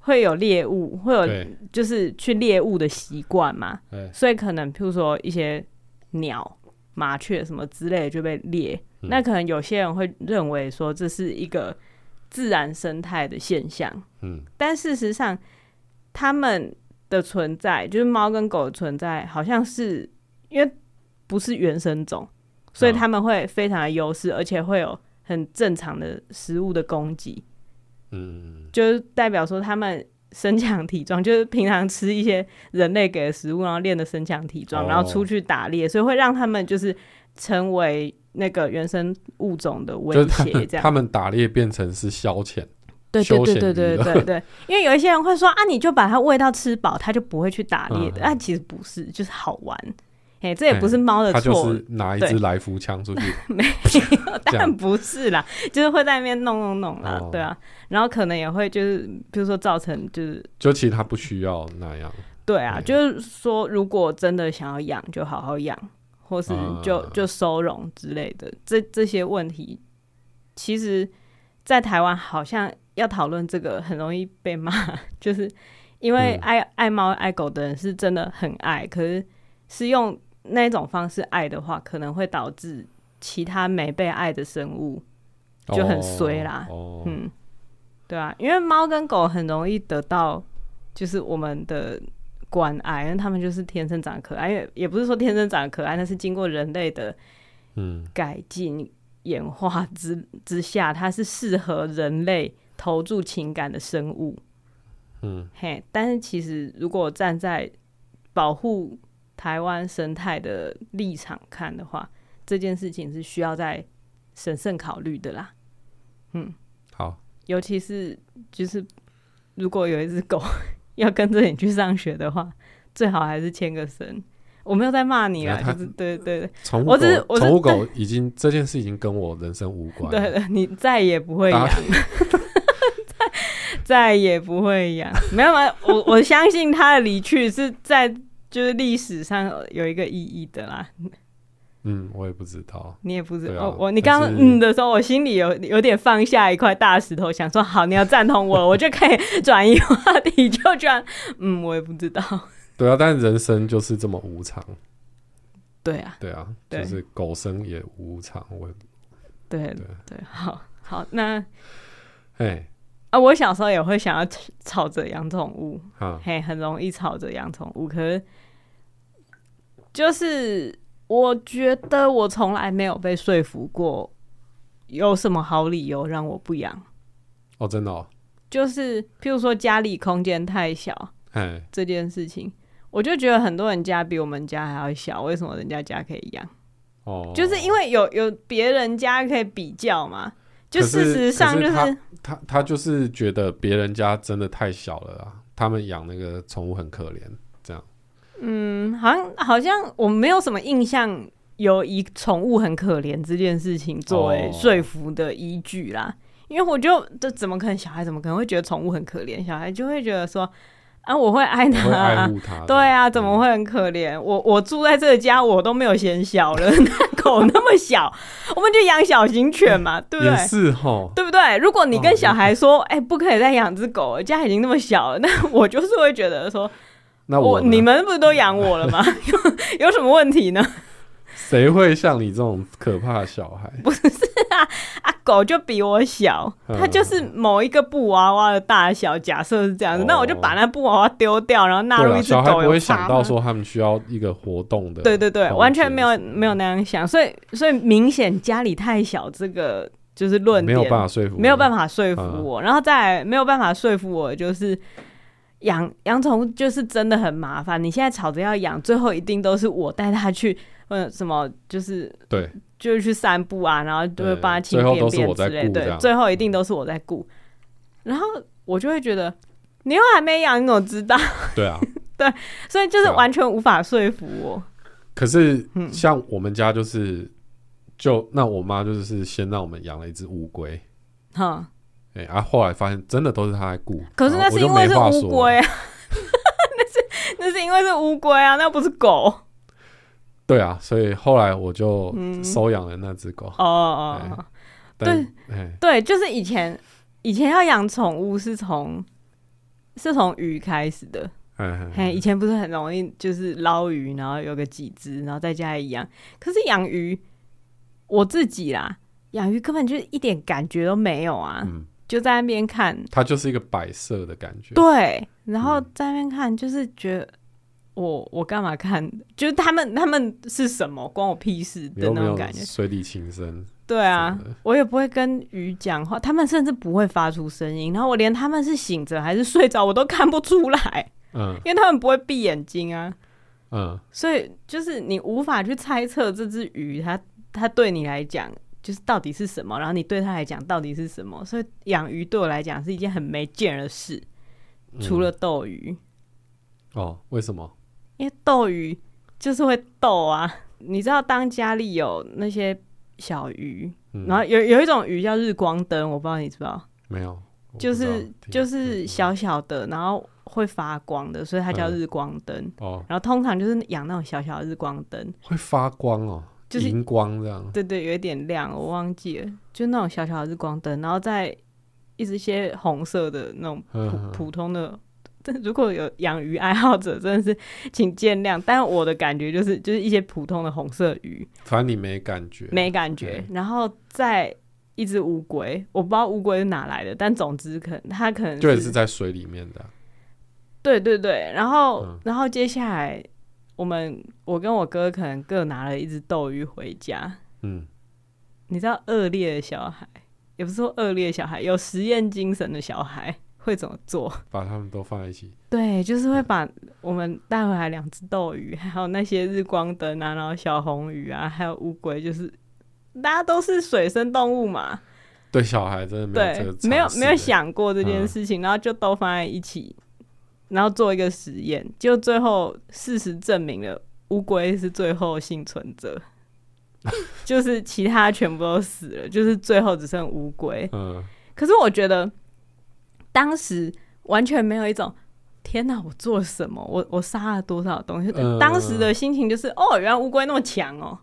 Speaker 1: 会有猎物，会有
Speaker 2: 对，
Speaker 1: 就是去猎物的习惯嘛，
Speaker 2: 哎，
Speaker 1: 所以可能譬如说一些鸟、麻雀什么之类的就被猎。
Speaker 2: 嗯
Speaker 1: 那可能有些人会认为说这是一个自然生态的现象，
Speaker 2: 嗯
Speaker 1: 但事实上，它们的存在，就是猫跟狗的存在，好像是因为不是原生种，所以
Speaker 2: 嗯
Speaker 1: 他们会非常的优势，而且会有很正常的食物的供给。
Speaker 2: 嗯，
Speaker 1: 就是代表说他们身强体壮，就是平常吃一些人类给的食物，然后练的身强体壮，
Speaker 2: 哦
Speaker 1: 然后出去打猎，所以会让他们就是成为那个原生物种的
Speaker 2: 就是
Speaker 1: 威
Speaker 2: 他
Speaker 1: 胁，
Speaker 2: 们
Speaker 1: 这
Speaker 2: 他
Speaker 1: 样。
Speaker 2: 们打猎变成是消遣，
Speaker 1: 对对
Speaker 2: 休闲
Speaker 1: 对对对
Speaker 2: 娱乐
Speaker 1: 对对对， 因为有一些人会说啊，你就把它喂到吃饱，它就不会去打猎的。
Speaker 2: 嗯
Speaker 1: 但其实不是，就是好玩。哎，这也不是猫的
Speaker 2: 他就
Speaker 1: 错
Speaker 2: 是，拿一
Speaker 1: 对
Speaker 2: 支来福枪出去，
Speaker 1: 当
Speaker 2: 这样
Speaker 1: 然不是啦，就是会在那边弄弄弄啦
Speaker 2: 哦，
Speaker 1: 对啊。然后可能也会就是，比如说造成就是
Speaker 2: 就其实他不需要那样。
Speaker 1: 对啊，
Speaker 2: 对
Speaker 1: 就是说，如果真的想要养，就好好养，或是就、
Speaker 2: 啊
Speaker 1: 就收容之类的。这这些问题，其实，在台湾好像要讨论这个很容易被骂， 就是因为
Speaker 2: 嗯
Speaker 1: 爱、爱猫爱狗的人是真的很爱，可是是用那种方式爱的话，可能会导致其他没被爱的生物，就很衰啦
Speaker 2: 哦，哦
Speaker 1: 嗯，对啊，因为猫跟狗很容易得到就是我们的关爱，因为它们就是天生长得可爱，也也不是说天生长得可爱，那是经过人类的
Speaker 2: 嗯，
Speaker 1: 改进演化之之下，它是适合人类投注情感的生物。
Speaker 2: 嗯，
Speaker 1: 嘿，但是其实如果站在保护台湾生态的立场看的话，这件事情是需要在审慎考虑的啦。
Speaker 2: 好，
Speaker 1: 尤其是就是如果有一只狗 要跟着你去上学的话，最好还是牵个绳。我没有在骂你啊，
Speaker 2: 没有他
Speaker 1: 就是对对对
Speaker 2: 宠物
Speaker 1: 我只是
Speaker 2: 狗，
Speaker 1: 我是
Speaker 2: 宠物狗已经这件事已经跟我人生无关
Speaker 1: 对
Speaker 2: 了。
Speaker 1: 对，你再也不会
Speaker 2: 大
Speaker 1: 养，
Speaker 2: 家
Speaker 1: 再也不会养。没有嘛，我我相信它的离去是在就是历史上有一个意义的啦。
Speaker 2: 嗯，我也不知道。
Speaker 1: 你也不知
Speaker 2: 对
Speaker 1: 道、
Speaker 2: 啊
Speaker 1: 哦我你刚刚
Speaker 2: 但是
Speaker 1: 嗯的时候，我心里有有点放下一块大石头，想说好，你要赞同我，我就可以转移话题，就这样。嗯，我也不知道。
Speaker 2: 对啊，但人生就是这么无常。
Speaker 1: 对啊，
Speaker 2: 对啊，
Speaker 1: 对
Speaker 2: 就是狗生也无常。我
Speaker 1: 对
Speaker 2: 对
Speaker 1: 对， 好好那
Speaker 2: 哎
Speaker 1: 啊，我小时候也会想要吵吵着养宠物，
Speaker 2: 啊，
Speaker 1: 嘿，很容易吵着养宠物，可是就是我觉得我从来没有被说服过，有什么好理由让我不养？
Speaker 2: 哦，真的哦，
Speaker 1: 就是譬如说家里空间太小。
Speaker 2: 哎，
Speaker 1: 这件事情，我就觉得很多人家比我们家还要小，为什么人家家可以养？
Speaker 2: 哦，
Speaker 1: 就是因为有有别人家可以比较嘛。就
Speaker 2: 可是
Speaker 1: 事实上
Speaker 2: 可
Speaker 1: 就是是，
Speaker 2: 他他他就是觉得别人家真的太小了啊，他们养那个宠物很可怜，
Speaker 1: 嗯，好像好像我没有什么印象有以宠物很可怜这件事情作为
Speaker 2: 哦
Speaker 1: 说服的依据啦。因为我就这怎么可能小孩怎么可能会觉得宠物很可怜？小孩就会觉得说啊，我会爱
Speaker 2: 我
Speaker 1: 它
Speaker 2: 会
Speaker 1: 啊、
Speaker 2: 爱护它的。
Speaker 1: 对啊，怎么
Speaker 2: 嗯？
Speaker 1: 会很可怜？我我住在这个家，我都没有嫌小了，那狗那么小，我们就养小型犬嘛，对不
Speaker 2: 也
Speaker 1: 对？
Speaker 2: 是哈，
Speaker 1: 对不对？如果你
Speaker 2: 嗯哦
Speaker 1: 跟小孩说，哎、不可以再养只狗了，家已经那么小了，那我就是会觉得说，
Speaker 2: 那
Speaker 1: 我
Speaker 2: 呢
Speaker 1: 你们不是都养我了 吗？有有什么问题呢？
Speaker 2: 谁会像你这种可怕的小孩？
Speaker 1: 啊，狗就比我小，
Speaker 2: 嗯
Speaker 1: 它就是某一个布娃娃的大小，假设是这样子，
Speaker 2: 哦
Speaker 1: 那我就把那布娃娃丢掉，然后纳
Speaker 2: 对
Speaker 1: 入
Speaker 2: 啦
Speaker 1: 一只
Speaker 2: 小孩
Speaker 1: 狗，
Speaker 2: 不
Speaker 1: 有
Speaker 2: 会
Speaker 1: 差
Speaker 2: 想
Speaker 1: 吗
Speaker 2: 到？说呃他们需要一个活动的空
Speaker 1: 对
Speaker 2: 间，
Speaker 1: 对对，完全没有没有那样想，所以所以明显家里太小这个就是论
Speaker 2: 没
Speaker 1: 点，
Speaker 2: 有办法说服你，
Speaker 1: 没有办法说服
Speaker 2: 嗯
Speaker 1: 我，然后再来没有办法说服我的就是。养养宠物就是真的很麻烦，你现在吵着要养，最后一定都是我带它去，呃，什么就是
Speaker 2: 对，
Speaker 1: 就是去散步啊，然后就会
Speaker 2: 对
Speaker 1: 帮它清
Speaker 2: 最后
Speaker 1: 便
Speaker 2: 都是
Speaker 1: 便
Speaker 2: 我
Speaker 1: 之
Speaker 2: 在
Speaker 1: 类
Speaker 2: 顾这
Speaker 1: 对，
Speaker 2: 样
Speaker 1: 最后一定都是我在顾。然后我就会觉得，你又还没养，你怎么知道？
Speaker 2: 对啊。
Speaker 1: 所以就是
Speaker 2: 对啊
Speaker 1: 完全无法说服我。
Speaker 2: 可是
Speaker 1: 嗯
Speaker 2: 像我们家就是，就那我妈就是先让我们养了一只乌龟，
Speaker 1: 哈、
Speaker 2: 哎、啊，后来发现真的都是她在顾，
Speaker 1: 可是那
Speaker 2: 然后
Speaker 1: 是因为
Speaker 2: 哦我就是没话
Speaker 1: 乌
Speaker 2: 说
Speaker 1: 龟啊， 那是那是因为是乌龟啊，那不是狗。
Speaker 2: 对啊，所以后来我就
Speaker 1: 嗯
Speaker 2: 收养了那只狗。
Speaker 1: 哦哦，哦
Speaker 2: 但哎，
Speaker 1: 对，就是以前以前要养宠物是从是从鱼开始的，
Speaker 2: 哎
Speaker 1: 嘿，以前不是很容易就是捞鱼，然后有个几只，然后在家里养。可是养鱼，我自己啦，养鱼根本就是一点感觉都没有啊，
Speaker 2: 嗯，
Speaker 1: 就在那边看，
Speaker 2: 它就是一个摆设的感觉。
Speaker 1: 对，然后
Speaker 2: 嗯
Speaker 1: 在那边看，就是觉得我我干嘛看？就是他们他们是什么，关我屁事
Speaker 2: 你
Speaker 1: 的
Speaker 2: 有
Speaker 1: 那
Speaker 2: 没
Speaker 1: 种
Speaker 2: 有
Speaker 1: 感觉。
Speaker 2: 水底情深？
Speaker 1: 对啊
Speaker 2: 什么的，
Speaker 1: 我也不会跟鱼讲话，他们甚至不会发出声音，然后我连他们是醒着还是睡着我都看不出来，
Speaker 2: 嗯
Speaker 1: 因为他们不会闭眼睛啊，
Speaker 2: 嗯，
Speaker 1: 所以就是你无法去猜测这只鱼它它对你来讲。就是到底是什么，然后你对它来讲到底是什么，所以养鱼对我来讲是一件很没劲儿的事，
Speaker 2: 嗯
Speaker 1: 除了斗鱼。
Speaker 2: 哦，为什么？
Speaker 1: 因为斗鱼就是会斗啊。你知道，当家里有那些小鱼，
Speaker 2: 嗯
Speaker 1: 然后有有一种鱼叫日光灯，我不知道你知不知道，
Speaker 2: 没有，我
Speaker 1: 就
Speaker 2: 不知道
Speaker 1: 是
Speaker 2: 听
Speaker 1: 就是小小的，然后会发光的，所以它叫
Speaker 2: 嗯
Speaker 1: 日光灯。
Speaker 2: 哦，
Speaker 1: 然后通常就是养那种小小的日光灯，
Speaker 2: 会发光哦，
Speaker 1: 就是
Speaker 2: 荧光这样。
Speaker 1: 对对，有一点亮，我忘记了，就那种小小的日光灯，然后再一直些红色的那种
Speaker 2: 嗯，
Speaker 1: 普通的。但如果有养鱼爱好者，真的是请见谅。但我的感觉就是，就是一些普通的红色鱼，
Speaker 2: 反正你没感觉，
Speaker 1: 没感觉。然后再一只乌龟，我不知道乌龟是哪来的，但总之可能它可能
Speaker 2: 就也是在水里面的啊。
Speaker 1: 对对对。然后、
Speaker 2: 嗯
Speaker 1: 然后接下来我们我跟我哥可能各拿了一只斗鱼回家。
Speaker 2: 嗯，
Speaker 1: 你知道恶劣的小孩，也不是说恶劣的小孩，有实验精神的小孩会怎么做？
Speaker 2: 把它们都放在一起。
Speaker 1: 对，就是会把我们带回来两只斗鱼，还有那些日光灯啊，然后小红鱼啊，还有乌龟，就是大家都是水生动物嘛。
Speaker 2: 对小孩真的没有这
Speaker 1: 对
Speaker 2: 个，
Speaker 1: 没有
Speaker 2: 常识
Speaker 1: 没有
Speaker 2: 欸，
Speaker 1: 想过这件
Speaker 2: 嗯
Speaker 1: 事情，然后就都放在一起，然后做一个实验，就最后事实证明了乌龟是最后幸存者， 就是其他全部都死了，就是最后只剩乌龟。
Speaker 2: 嗯，
Speaker 1: 可是我觉得当时完全没有一种。天哪！我做了什么？我我杀了多少东西？
Speaker 2: 嗯
Speaker 1: 当时的心情就是，哦，原来乌龟那么强哦，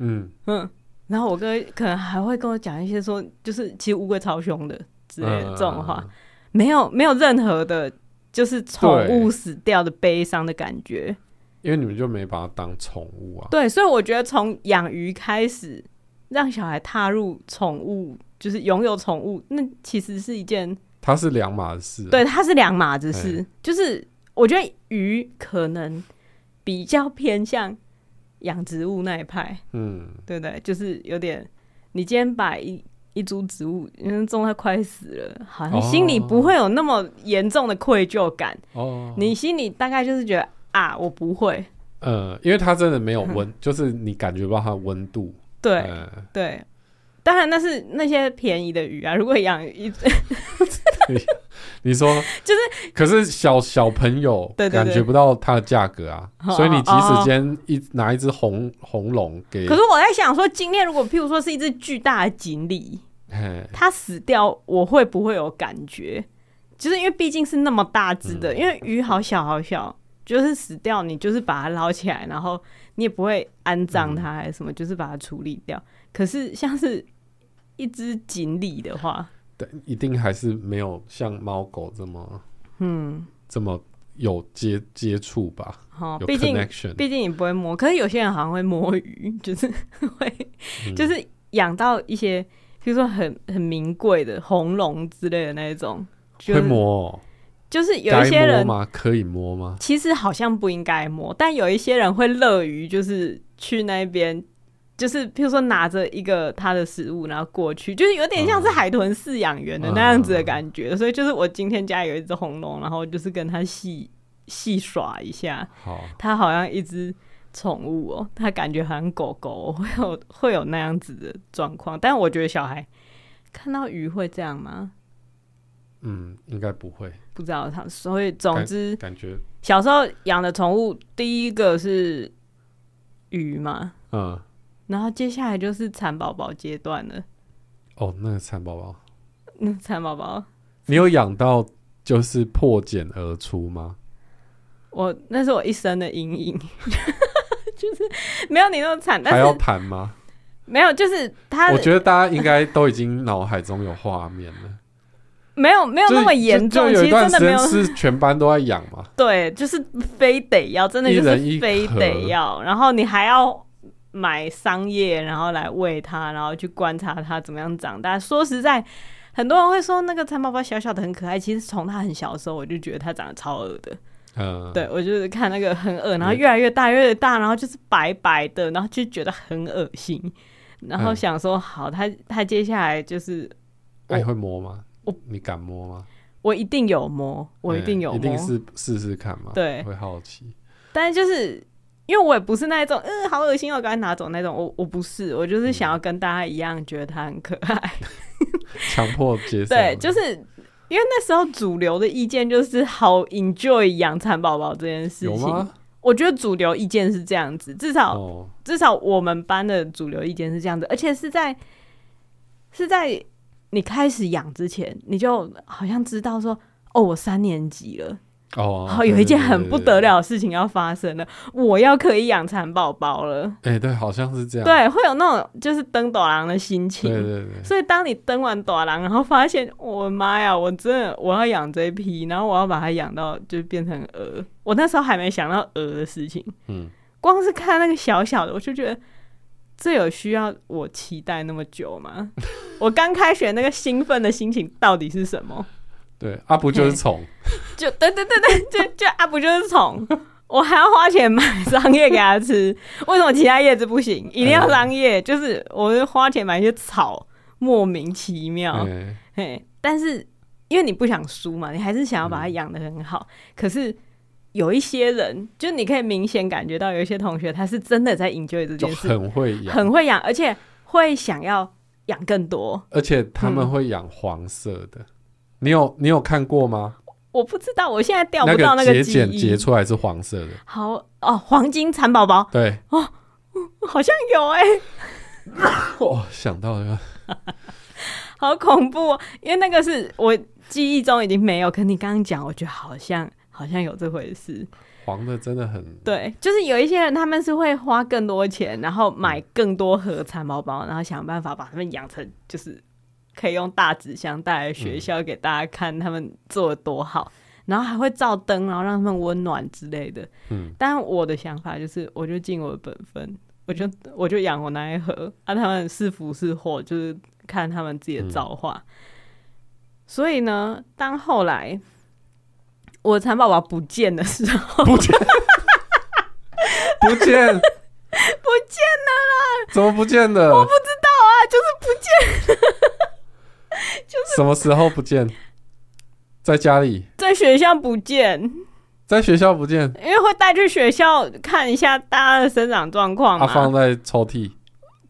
Speaker 2: 嗯
Speaker 1: 嗯，然后我哥可能还会跟我讲一些说，就是其实乌龟超凶的之类的这种话，
Speaker 2: 嗯
Speaker 1: 没有没有任何的，就是宠物
Speaker 2: 对
Speaker 1: 死掉的悲伤的感觉。
Speaker 2: 因为你们就没把它当宠物啊。
Speaker 1: 对，所以我觉得从养鱼开始，让小孩踏入宠物，就是拥有宠物，那其实是一件
Speaker 2: 它是两码的事、啊。
Speaker 1: 对，它是两码子事。就是我觉得鱼可能比较偏向养植物那一派，
Speaker 2: 嗯，
Speaker 1: 对不对？就是有点，你今天把一一株植物，因为种它快死了，好像心里不会有那么严重的愧疚感，
Speaker 2: 哦，
Speaker 1: 你心里大概就是觉得啊，我不会，
Speaker 2: 呃，因为它真的没有温，就是你感觉不到它的温度。
Speaker 1: 嗯对。
Speaker 2: 呃
Speaker 1: 对，当然那是那些便宜的鱼啊。如果养一，
Speaker 2: 你 说就是，可是小小朋友
Speaker 1: 对对对
Speaker 2: 感觉不到它的价格啊，
Speaker 1: 哦
Speaker 2: 所以你即
Speaker 1: 哦
Speaker 2: 使今天一拿一只红红龙给，
Speaker 1: 可是我在想说，今天如果譬如说是一只巨大的锦鲤，
Speaker 2: 嘿
Speaker 1: 它死掉，我会不会有感觉？就是因为毕竟是那么大只的，
Speaker 2: 嗯
Speaker 1: 因为鱼好小好小，就是死掉你就是把它捞起来，然后你也不会安葬
Speaker 2: 嗯
Speaker 1: 它还是什么，就是把它处理掉。可是像是一只锦鲤的话，
Speaker 2: 对，一定还是没有像猫狗这么
Speaker 1: 嗯，
Speaker 2: 这么有接接触吧，
Speaker 1: 好，
Speaker 2: 有
Speaker 1: 毕竟
Speaker 2: connection。
Speaker 1: 毕竟你不会摸，可是有些人好像会摸鱼，就是会，
Speaker 2: 嗯
Speaker 1: 就是养到一些，比如说很很名贵的红龙之类的那一种，就
Speaker 2: 会
Speaker 1: 是
Speaker 2: 摸、哦，
Speaker 1: 就是有一
Speaker 2: 该
Speaker 1: 些
Speaker 2: 摸
Speaker 1: 人
Speaker 2: 吗？可以摸吗？
Speaker 1: 其实好像不应该摸，但有一些人会乐于就是去那边，就是譬如说拿着一个他的食物，然后过去，就是有点像是海豚饲养员的那样子的感觉。所以就是我今天家有一只红龙，然后就是跟它戏戏耍一下，
Speaker 2: 好，
Speaker 1: 它好像一只宠物哦，它感觉好像狗狗哦会有会有那样子的状况，但我觉得小孩看到鱼会这样吗？
Speaker 2: 嗯，应该不会，
Speaker 1: 不知道他，所以总之
Speaker 2: 感觉，
Speaker 1: 小时候养的宠物，第一个是鱼嘛，
Speaker 2: 嗯，
Speaker 1: 然后接下来就是蚕宝宝阶段了。
Speaker 2: 哦，那个蚕宝宝，
Speaker 1: 那蚕宝宝，
Speaker 2: 你有养到就是破茧而出吗？
Speaker 1: 我那是我一生的阴影， 就是没有你那么惨，但
Speaker 2: 还要
Speaker 1: 是
Speaker 2: 谈吗？
Speaker 1: 没有，就是它
Speaker 2: 我觉得大家应该都已经脑海中有画面了，
Speaker 1: 没有没有
Speaker 2: 就
Speaker 1: 那么
Speaker 2: 就
Speaker 1: 严重，
Speaker 2: 就
Speaker 1: 其
Speaker 2: 有
Speaker 1: 实
Speaker 2: 一段
Speaker 1: 真
Speaker 2: 时
Speaker 1: 的没
Speaker 2: 间
Speaker 1: 有
Speaker 2: 是全班都在养嘛，
Speaker 1: 对，就是非得要，真的
Speaker 2: 一
Speaker 1: 就
Speaker 2: 人一
Speaker 1: 是非
Speaker 2: 盒
Speaker 1: 得要，然后你还要买桑叶，然后来喂它，然后去观察它怎么样长大。说实在，很多人会说那个蚕宝宝小小的很可爱，其实从它很小的时候我就觉得它长得超恶的，
Speaker 2: 嗯，
Speaker 1: 对我就是看那个很恶，然后
Speaker 2: 嗯
Speaker 1: 越来越大，越来越大，然后就是白白的，然后就觉得很恶心，然后
Speaker 2: 嗯
Speaker 1: 想说好，它它接下来就是
Speaker 2: 那你会摸吗
Speaker 1: 我？
Speaker 2: 你敢摸吗？
Speaker 1: 我一定有摸，我一定有摸，
Speaker 2: 嗯一定是试试看嘛，
Speaker 1: 对
Speaker 2: 会好奇，
Speaker 1: 但就是因为我也不是那一种，嗯，好恶心哦，赶快拿走那种。我我不是，我就是想要跟大家一样，觉得它很可爱。
Speaker 2: 强迫接受，
Speaker 1: 对，就是因为那时候主流的意见就是好 enjoy 养蚕宝宝这件事
Speaker 2: 有
Speaker 1: 情
Speaker 2: 吗。？
Speaker 1: 我觉得主流意见是这样子，至少、
Speaker 2: 哦，
Speaker 1: 至少我们班的主流意见是这样子，而且是在是在你开始养之前，你就好像知道说，哦，我三年级了。
Speaker 2: 哦，
Speaker 1: 然后有一件很不得了的事情要发生了，我要可以养蚕宝宝了。
Speaker 2: 对，对对对哎，对，好像是这样，
Speaker 1: 对，会有那种就是登斗狼的心情。
Speaker 2: 对对对，
Speaker 1: 所以当你登完斗狼，然后发现我的妈呀，我真的我要养这一批，然后我要把它养到就变成鹅。我那时候还没想到鹅的事情，
Speaker 2: 嗯，
Speaker 1: 光是看那个小小的，我就觉得这有需要我期待那么久吗？ 我刚开学那个兴奋的心情到底是什么？
Speaker 2: 对，啊，不就是宠？
Speaker 1: 就对对对 对，就就啊不就是虫，我还要花钱买桑叶给它吃，为什么其他叶子不行？一定
Speaker 2: 嗯
Speaker 1: 要桑叶？就是我就花钱买一些草，莫名其妙。
Speaker 2: 哎，
Speaker 1: 嘿，但是因为你不想输嘛，你还是想要
Speaker 2: 嗯
Speaker 1: 把它养得很好。可是有一些人，就你可以明显感觉到，有一些同学他是真的在 enjoy 这
Speaker 2: 就
Speaker 1: 件事，
Speaker 2: 很会养，
Speaker 1: 很会养，而且会想要养更多。
Speaker 2: 而且他们
Speaker 1: 嗯
Speaker 2: 会养黄色的。你有你有看过吗？
Speaker 1: 我不知道，我现在调不到
Speaker 2: 个
Speaker 1: 那个
Speaker 2: 节
Speaker 1: 记
Speaker 2: 俭
Speaker 1: 忆
Speaker 2: 结。出来是黄色的，
Speaker 1: 好哦，黄金蚕宝宝
Speaker 2: 对，
Speaker 1: 好像有哎、
Speaker 2: 哦，想到了，
Speaker 1: 好恐怖、哦！因为那个是我记忆中已经没有，可你刚刚讲，我觉得好像好像有这回事。
Speaker 2: 黄的真 的很
Speaker 1: 对，就是有一些人他们是会花更多钱，然后买更多盒蚕宝宝，然后想办法把它们养成，就是可以用大纸箱带来学校给大家看他们做的多好，然后还会照灯，然后让他们温暖之类的。
Speaker 2: 嗯，
Speaker 1: 但我的想法就是，我就尽我的本分，我就我就养我那一盒，啊，他们是福是祸，就是看他们自己的造化。所以呢，当后来我的蚕宝宝不见的时候，
Speaker 2: 不见不见
Speaker 1: 不见了啦，
Speaker 2: 怎么不见的？
Speaker 1: 我不知道啊，就是不见，
Speaker 2: 什么时候不见？在家里，
Speaker 1: 在学校不见，
Speaker 2: 在学校不见，
Speaker 1: 因为会带去学校看一下大家的生长状况
Speaker 2: 它、
Speaker 1: 嘛，
Speaker 2: 啊放在抽屉。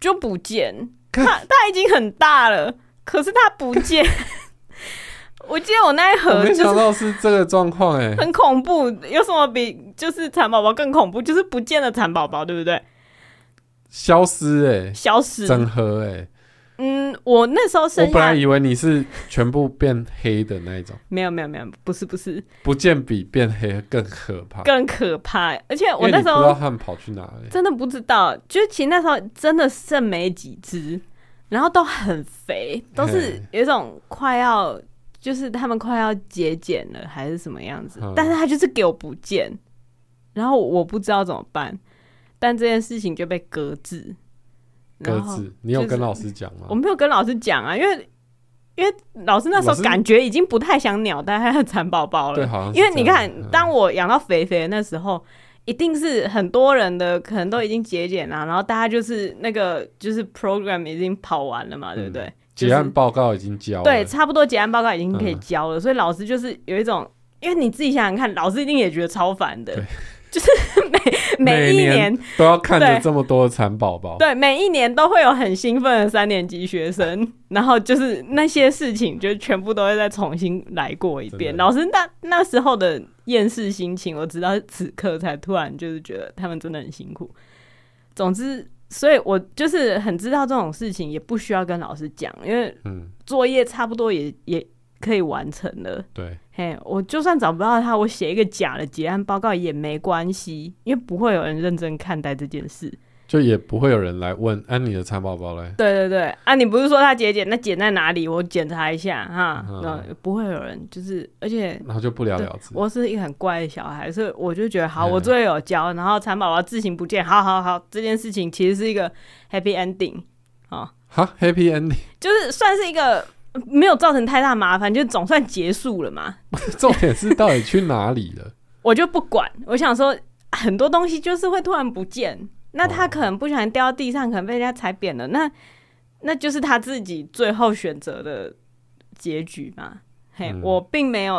Speaker 1: 就不见。
Speaker 2: 看
Speaker 1: 它它已经很大了，可是它不 见。我记得我那一
Speaker 2: 我
Speaker 1: 盒
Speaker 2: 没
Speaker 1: 就是
Speaker 2: 想到是这个状况哎，
Speaker 1: 很恐怖，有什么比就是蚕宝宝更恐怖？就是不见了蚕宝宝，对不对？
Speaker 2: 消失哎、
Speaker 1: 消失。
Speaker 2: 整合哎、
Speaker 1: 嗯，我那时候
Speaker 2: 我
Speaker 1: 剩
Speaker 2: 本来
Speaker 1: 下
Speaker 2: 以为你是全部变黑的那一种，
Speaker 1: 没有没有没有，不是不是，
Speaker 2: 不见比变黑更可怕。
Speaker 1: 更可怕。而且
Speaker 2: 因
Speaker 1: 我
Speaker 2: 为
Speaker 1: 那时
Speaker 2: 你不知道
Speaker 1: 候
Speaker 2: 他们跑去哪里。
Speaker 1: 真的不知道，就其实那时候真的剩没几只，然后都很肥，都是
Speaker 2: 嘿
Speaker 1: 有一种快要就是他们快要节俭了还是什么样子
Speaker 2: 嗯，
Speaker 1: 但是他就是给我不见，然后我不知道怎么办，但这件事情就被搁置。
Speaker 2: 鸽
Speaker 1: 然后
Speaker 2: 子，你有
Speaker 1: 就
Speaker 2: 跟
Speaker 1: 是
Speaker 2: 老师讲吗？
Speaker 1: 我没有跟老师讲啊，因为因为老师那时候
Speaker 2: 老师
Speaker 1: 感觉已经不太想鸟带他的蚕宝宝
Speaker 2: 对，
Speaker 1: 了，
Speaker 2: 好像是
Speaker 1: 因为你
Speaker 2: 这样
Speaker 1: 看，
Speaker 2: 嗯
Speaker 1: 当我养到肥肥的那时候，一定是很多人的可能都已经节俭啊啦，然后大家就是那个就是 program 已经跑完了嘛，对不对？就是
Speaker 2: 结案报告已经嗯交了，
Speaker 1: 对，差不多结案报告已经可以
Speaker 2: 嗯
Speaker 1: 交了，所以老师就是有一种，因为你自己想想看，老师一定也觉得超烦的
Speaker 2: 对，
Speaker 1: 就是每 每一
Speaker 2: 年
Speaker 1: 年
Speaker 2: 都要看着
Speaker 1: 对
Speaker 2: 这么多的蚕宝宝，
Speaker 1: 对，每一年都会有很兴奋的三年级学 生，然后就是那些事情，就全部都会再重新来过一遍。
Speaker 2: 真的
Speaker 1: 老师那那时候的厌世心情，我直到此刻才突然就是觉得他们真的很辛苦。总之，所以我就是很知道这种事情也不需要跟老师讲，因为
Speaker 2: 嗯，
Speaker 1: 作业差不多也也可以完成了。
Speaker 2: 对，
Speaker 1: 嘿，我就算找不到他，我写一个假的结案报告也没关系，因为不会有人认真看待这件事。
Speaker 2: 就也不会有人来问，安、妮的蚕宝宝嘞，
Speaker 1: 对对对，啊，你不是说他节俭？那检在哪里？我检查一下哈。
Speaker 2: 嗯
Speaker 1: 那、不会有人，就是而且
Speaker 2: 然后就不了了之。
Speaker 1: 我是一个很乖的小孩，所以我就觉得好，
Speaker 2: 嗯
Speaker 1: 我作业有交，然后蚕宝宝自行不见，好好好，这件事情其实是一个 happy ending，
Speaker 2: 哈，Happy Ending，
Speaker 1: 就是算是一个呃没有造成太大麻烦，就总算结束了嘛。
Speaker 2: 重点是到底去哪里了？
Speaker 1: 我就不管，我想说很多东西就是会突然不见，那他
Speaker 2: 哦
Speaker 1: 可能不小心掉到地上，可能被人家踩扁了，那那就是他自己最后选择的结局嘛。嘿，
Speaker 2: 嗯
Speaker 1: 我并没有，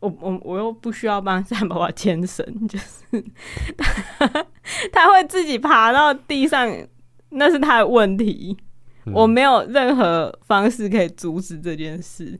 Speaker 1: 我我我又不需要帮三宝宝牵绳， 就是他他会自己爬到地上，那是他的问题，
Speaker 2: 嗯
Speaker 1: 我没有任何方式可以阻止这件事。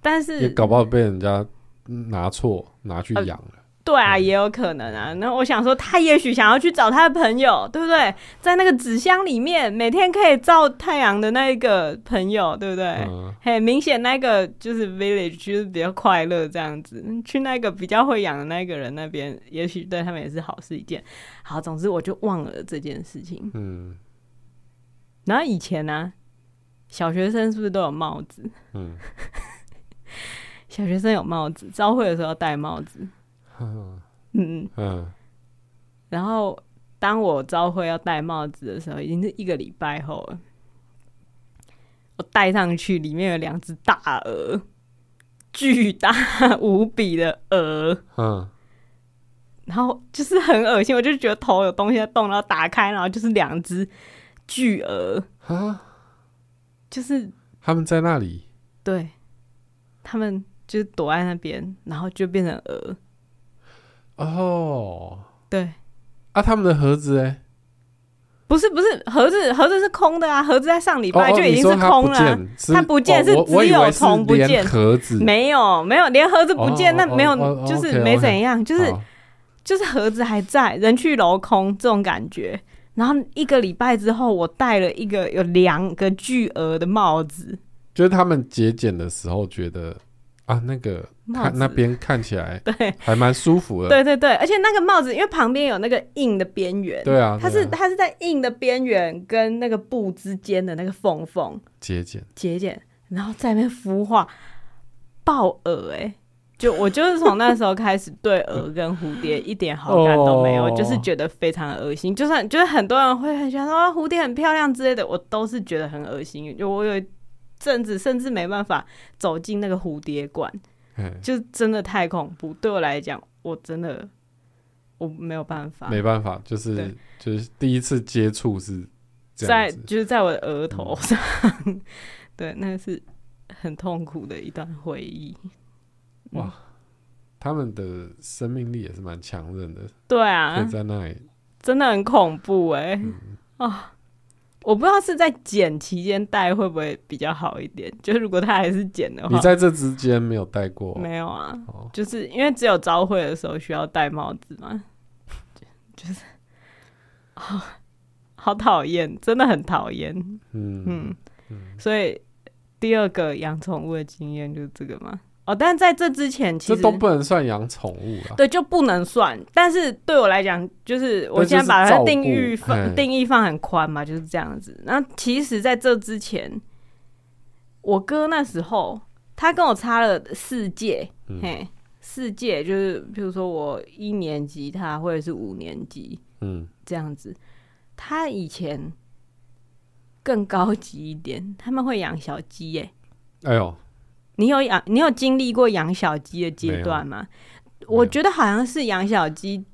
Speaker 1: 但是
Speaker 2: 也搞不好被人家拿错拿去
Speaker 1: 呃
Speaker 2: 养了。
Speaker 1: 对啊，
Speaker 2: 嗯
Speaker 1: 也有可能啊。那我想说，他也许想要去找他的朋友，对不对？在那个纸箱里面，每天可以照太阳的那一个朋友，对不对？
Speaker 2: 嗯，
Speaker 1: 很明显，那个就是 village，就是比较快乐这样子。去那个比较会养的那个人那边，也许对他们也是好事一件。好，总之我就忘了这件事情。
Speaker 2: 嗯
Speaker 1: 然后以前呢、小学生是不是都有帽子？
Speaker 2: 嗯，
Speaker 1: 小学生有帽子，招会的时候戴帽子。
Speaker 2: 嗯
Speaker 1: 嗯，
Speaker 2: 嗯，
Speaker 1: 然后当我招会要戴帽子的时候，已经是一个礼拜后了。我戴上去，里面有两只大鹅，巨大无比的鹅，
Speaker 2: 嗯，
Speaker 1: 然后就是很恶心，我就觉得头有东西在动，然后打开，然后就是两只巨鹅，
Speaker 2: 哈，
Speaker 1: 就是
Speaker 2: 他们在那里，
Speaker 1: 对，他们就是躲在那边，然后就变成鹅，
Speaker 2: 哦，
Speaker 1: 对。
Speaker 2: 啊，他们的盒子哎，
Speaker 1: 不是不是，盒子盒子是空的啊，盒子在上礼
Speaker 2: 哦
Speaker 1: 拜
Speaker 2: 哦
Speaker 1: 就已
Speaker 2: 你
Speaker 1: 经
Speaker 2: 说
Speaker 1: 是
Speaker 2: 它
Speaker 1: 空
Speaker 2: 不
Speaker 1: 了啊、
Speaker 2: 见，是
Speaker 1: 它不见
Speaker 2: 哦
Speaker 1: 是
Speaker 2: 我我
Speaker 1: 只
Speaker 2: 以
Speaker 1: 有
Speaker 2: 为是
Speaker 1: 虫不
Speaker 2: 连
Speaker 1: 见
Speaker 2: 盒子
Speaker 1: 没有，没有，连盒子不见，
Speaker 2: 哦
Speaker 1: 那
Speaker 2: 哦
Speaker 1: 没有，
Speaker 2: 哦哦
Speaker 1: 就是
Speaker 2: ，OK，
Speaker 1: 没
Speaker 2: OK
Speaker 1: 怎样，就是
Speaker 2: 好
Speaker 1: 就是盒子还在，人去楼空这种感觉。然后一个礼拜之后，我戴了一个有两个巨额的帽子，
Speaker 2: 就是他们节俭的时候觉得啊，那个
Speaker 1: 帽
Speaker 2: 看
Speaker 1: 子
Speaker 2: 那边看起来
Speaker 1: 对
Speaker 2: 还蛮舒服的。
Speaker 1: 对对对，而且那个帽子因为旁边有那个硬的边缘，
Speaker 2: 对啊，
Speaker 1: 它
Speaker 2: 对
Speaker 1: 是
Speaker 2: 啊
Speaker 1: 它是在硬的边缘跟那个布之间的那个缝缝
Speaker 2: 节俭，
Speaker 1: 节俭，然后在那边孵化，爆鹅哎、就我就是从那时候开始对鹅跟蝴蝶一点好感都没有，
Speaker 2: 哦
Speaker 1: 就是觉得非常恶心。就算就是很多人会很喜欢说啊蝴蝶很漂亮之类的，我都是觉得很恶心。就我有一阵子甚至没办法走进那个蝴蝶馆，
Speaker 2: 哎，
Speaker 1: 就真的太恐怖。对我来讲，我真的我没有办法。
Speaker 2: 没办法，就是
Speaker 1: 啊对
Speaker 2: 就是第一次接触是这样
Speaker 1: 在
Speaker 2: 子，
Speaker 1: 就是在我的额头上， 对，那是很痛苦的一段回忆。
Speaker 2: 哇，他们的生命力也是蛮强韧的，
Speaker 1: 对
Speaker 2: 可以
Speaker 1: 啊，
Speaker 2: 在嗯那里，
Speaker 1: 真的很恐怖哎、啊！我不知道是在剪期间戴会不会比较好一点，就如果他还是剪的
Speaker 2: 你
Speaker 1: 话，
Speaker 2: 在这之间没有戴过，
Speaker 1: 哦没有啊，
Speaker 2: 哦，
Speaker 1: 就是因为只有招会的时候需要戴帽子嘛， 就就是啊，好讨厌，真的很讨厌，
Speaker 2: 嗯
Speaker 1: 嗯。所以第二个养宠物的经验就是这个嘛。哦，但在这之前，其
Speaker 2: 这
Speaker 1: 实
Speaker 2: 都不能算养宠物啦。
Speaker 1: 对就不能算。但是对我来讲，就是我
Speaker 2: 对
Speaker 1: 现
Speaker 2: 就是
Speaker 1: 在把它
Speaker 2: 照顾
Speaker 1: 定义
Speaker 2: 嘿
Speaker 1: 放定义放很宽嘛，就是这样子。那其实在这之前，我哥那时候他跟我差了四届，
Speaker 2: 嗯
Speaker 1: 嘿，四届就是比如说我一年级他或者是五年级
Speaker 2: 嗯，
Speaker 1: 这样子。他以前更高级一点，他们会养小鸡耶、
Speaker 2: 哎呦，
Speaker 1: 你有养，你有经历过养小鸡的阶段吗？
Speaker 2: 有
Speaker 1: 我觉得好像是养小鸡，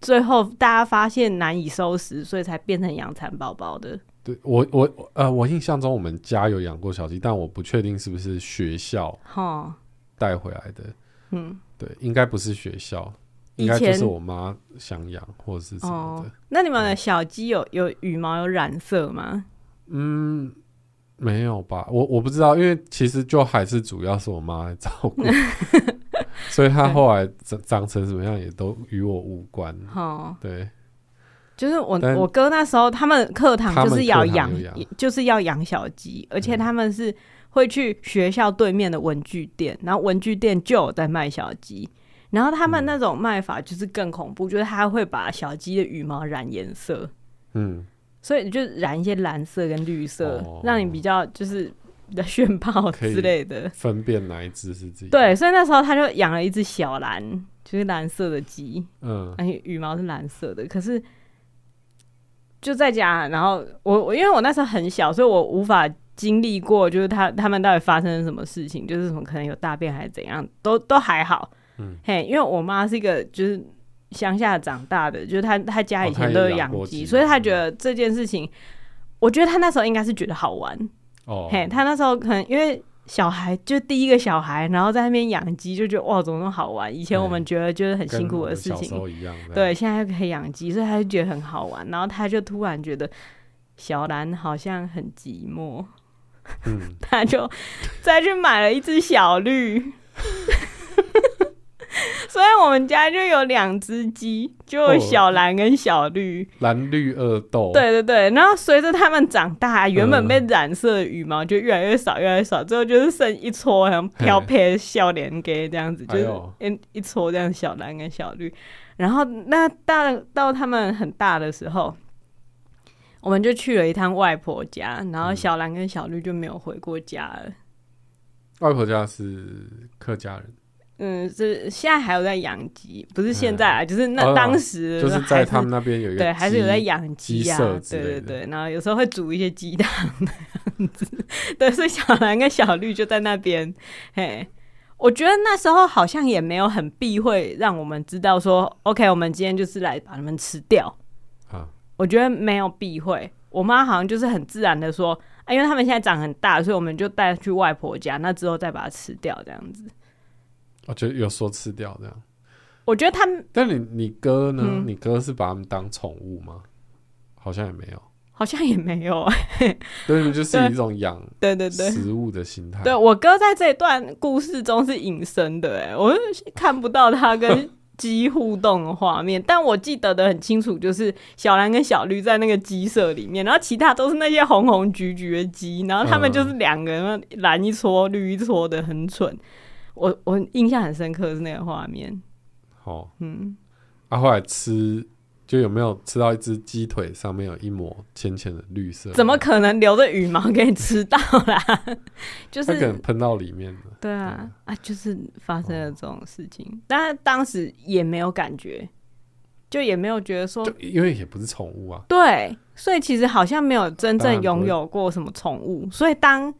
Speaker 1: 最后大家发现难以收拾，所以才变成养蚕宝宝的。
Speaker 2: 对我我呃，我印象中我们家有养过小鸡，但我不确定是不是学校
Speaker 1: 哈，
Speaker 2: 带回来的。
Speaker 1: 嗯，
Speaker 2: 对，应该不是学校，应
Speaker 1: 以
Speaker 2: 该就
Speaker 1: 前
Speaker 2: 是我妈想养或者是啊什么
Speaker 1: 哦
Speaker 2: 的。，
Speaker 1: 那你们的小鸡有有羽毛有染色吗？
Speaker 2: 嗯，没有吧？我我不知道，因为其实就还是主要是我妈来照 顾，所以她后来长长成什么样也都与我无关。
Speaker 1: 哈，
Speaker 2: 对，
Speaker 1: 就是我
Speaker 2: 但
Speaker 1: 我哥那时候他们课堂
Speaker 2: 他们
Speaker 1: 就是要
Speaker 2: 课堂
Speaker 1: 养
Speaker 2: 有养，嗯
Speaker 1: 就是要养小鸡，而且他们是会去学校对面的文具店，然后文具店就有在卖小鸡。然后他
Speaker 2: 嗯
Speaker 1: 们那种卖法就是更恐怖，就是他会把小鸡的羽毛染颜色，
Speaker 2: 嗯，
Speaker 1: 所以就染一些蓝色跟绿色，
Speaker 2: 哦
Speaker 1: 让你比较就是比较 炫炮
Speaker 2: 可以
Speaker 1: 之类的。
Speaker 2: 分辨哪一只是自己。
Speaker 1: 对，，所以那时候他就养了一只小蓝，就是蓝色的鸡。
Speaker 2: 嗯，
Speaker 1: 而且哎羽毛是蓝色的，可是就在家，然后我我因为我那时候很小，所以我无法经历过，就是他他们到底发生了什么事情，就是什么可能有大便还是怎样，都都还好。
Speaker 2: 嗯，
Speaker 1: 嘿，因为我妈是一个就是乡下长大的，就是她她家以
Speaker 2: 哦她
Speaker 1: 前
Speaker 2: 也
Speaker 1: 都有
Speaker 2: 养
Speaker 1: 养
Speaker 2: 过
Speaker 1: 鸡，
Speaker 2: 鸡嗯
Speaker 1: 所以她觉得这件事情，我觉得她那时候应该是觉得好玩。
Speaker 2: 哦，
Speaker 1: 嘿，他那时候可能因为小孩就第一个小孩，然后在那边养鸡，就觉得哇，怎么那么好玩？以前我们觉得就是很
Speaker 2: 跟
Speaker 1: 辛苦
Speaker 2: 我
Speaker 1: 的事
Speaker 2: 小时
Speaker 1: 情，
Speaker 2: 候一样的。
Speaker 1: 对，现在可以养鸡，所以他就觉得很好玩。然后他就突然觉得小兰好像很寂寞，
Speaker 2: 嗯，
Speaker 1: 他就再去买了一只小绿。所以我们家就有两只鸡，就有
Speaker 2: 哦
Speaker 1: 小蓝跟小绿。
Speaker 2: 蓝绿二豆。，
Speaker 1: 对对对，然后随着它们长大，原本
Speaker 2: 嗯
Speaker 1: 被染色的羽毛就越来越少，越来越少，最后就是剩一撮，然后飘配笑脸给这样子，就
Speaker 2: 哎
Speaker 1: 是
Speaker 2: 呦
Speaker 1: 一一撮这样小蓝跟小绿。然后那大到它们很大的时候，我们就去了一趟外婆家，然后小蓝跟小绿就没有回过家了。
Speaker 2: 外婆家是客家人，
Speaker 1: 嗯，就是现在还有在养鸡，不是现在啊，就是那
Speaker 2: 哦
Speaker 1: 当时
Speaker 2: 就是
Speaker 1: 还
Speaker 2: 在他们那边有一个
Speaker 1: 对，还是有在
Speaker 2: 鸡
Speaker 1: 养
Speaker 2: 鸡
Speaker 1: 鸡啊
Speaker 2: 舍，之
Speaker 1: 对
Speaker 2: 类
Speaker 1: 对
Speaker 2: 的
Speaker 1: 对，然后有时候会煮一些鸡汤这样子，对，所以小蓝跟小绿就在那边，嘿。我觉得那时候好像也没有很避讳让我们知道说，OK，我们今天就是来把它们吃掉。
Speaker 2: 啊，
Speaker 1: 我觉得没有避讳，我妈好像就是很自然的说，啊，因为他们现在长很大，所以我们就带去外婆家，那之后再把它吃掉这样子。
Speaker 2: 我觉得哦有说吃掉这样。
Speaker 1: 我觉得他们
Speaker 2: 但你你哥呢？
Speaker 1: 嗯
Speaker 2: 你哥是把他们当宠物吗？好像也没有，
Speaker 1: 好像也没有，
Speaker 2: 对，就是
Speaker 1: 对
Speaker 2: 一种养
Speaker 1: 对对对，
Speaker 2: 食物的心态。
Speaker 1: 对我哥在这一段故事中是隐身的、欸，哎，我是看不到他跟鸡互动的画面，但我记得的很清楚，就是小蓝跟小绿在那个鸡舍里面，然后其他都是那些红红橘橘的鸡，然后他们就是两个人拦一撮绿一撮的，很蠢。我我印象很深刻是那个画面，
Speaker 2: 好、
Speaker 1: 嗯，
Speaker 2: 哦啊，后来吃就有没有吃到一只鸡腿上面有一抹浅浅的绿色？
Speaker 1: 怎么可能留着羽毛给你吃到啦？就
Speaker 2: 它可
Speaker 1: 是
Speaker 2: 能喷到里面了。
Speaker 1: 对啊啊，就是发生
Speaker 2: 哦
Speaker 1: 了这种事情，但当时也没有感觉，就也没有觉得说
Speaker 2: 就因为也不是宠物啊，
Speaker 1: 对，所以其实好像没有真
Speaker 2: 当
Speaker 1: 正
Speaker 2: 然不
Speaker 1: 拥
Speaker 2: 会
Speaker 1: 有过什么宠物，所以当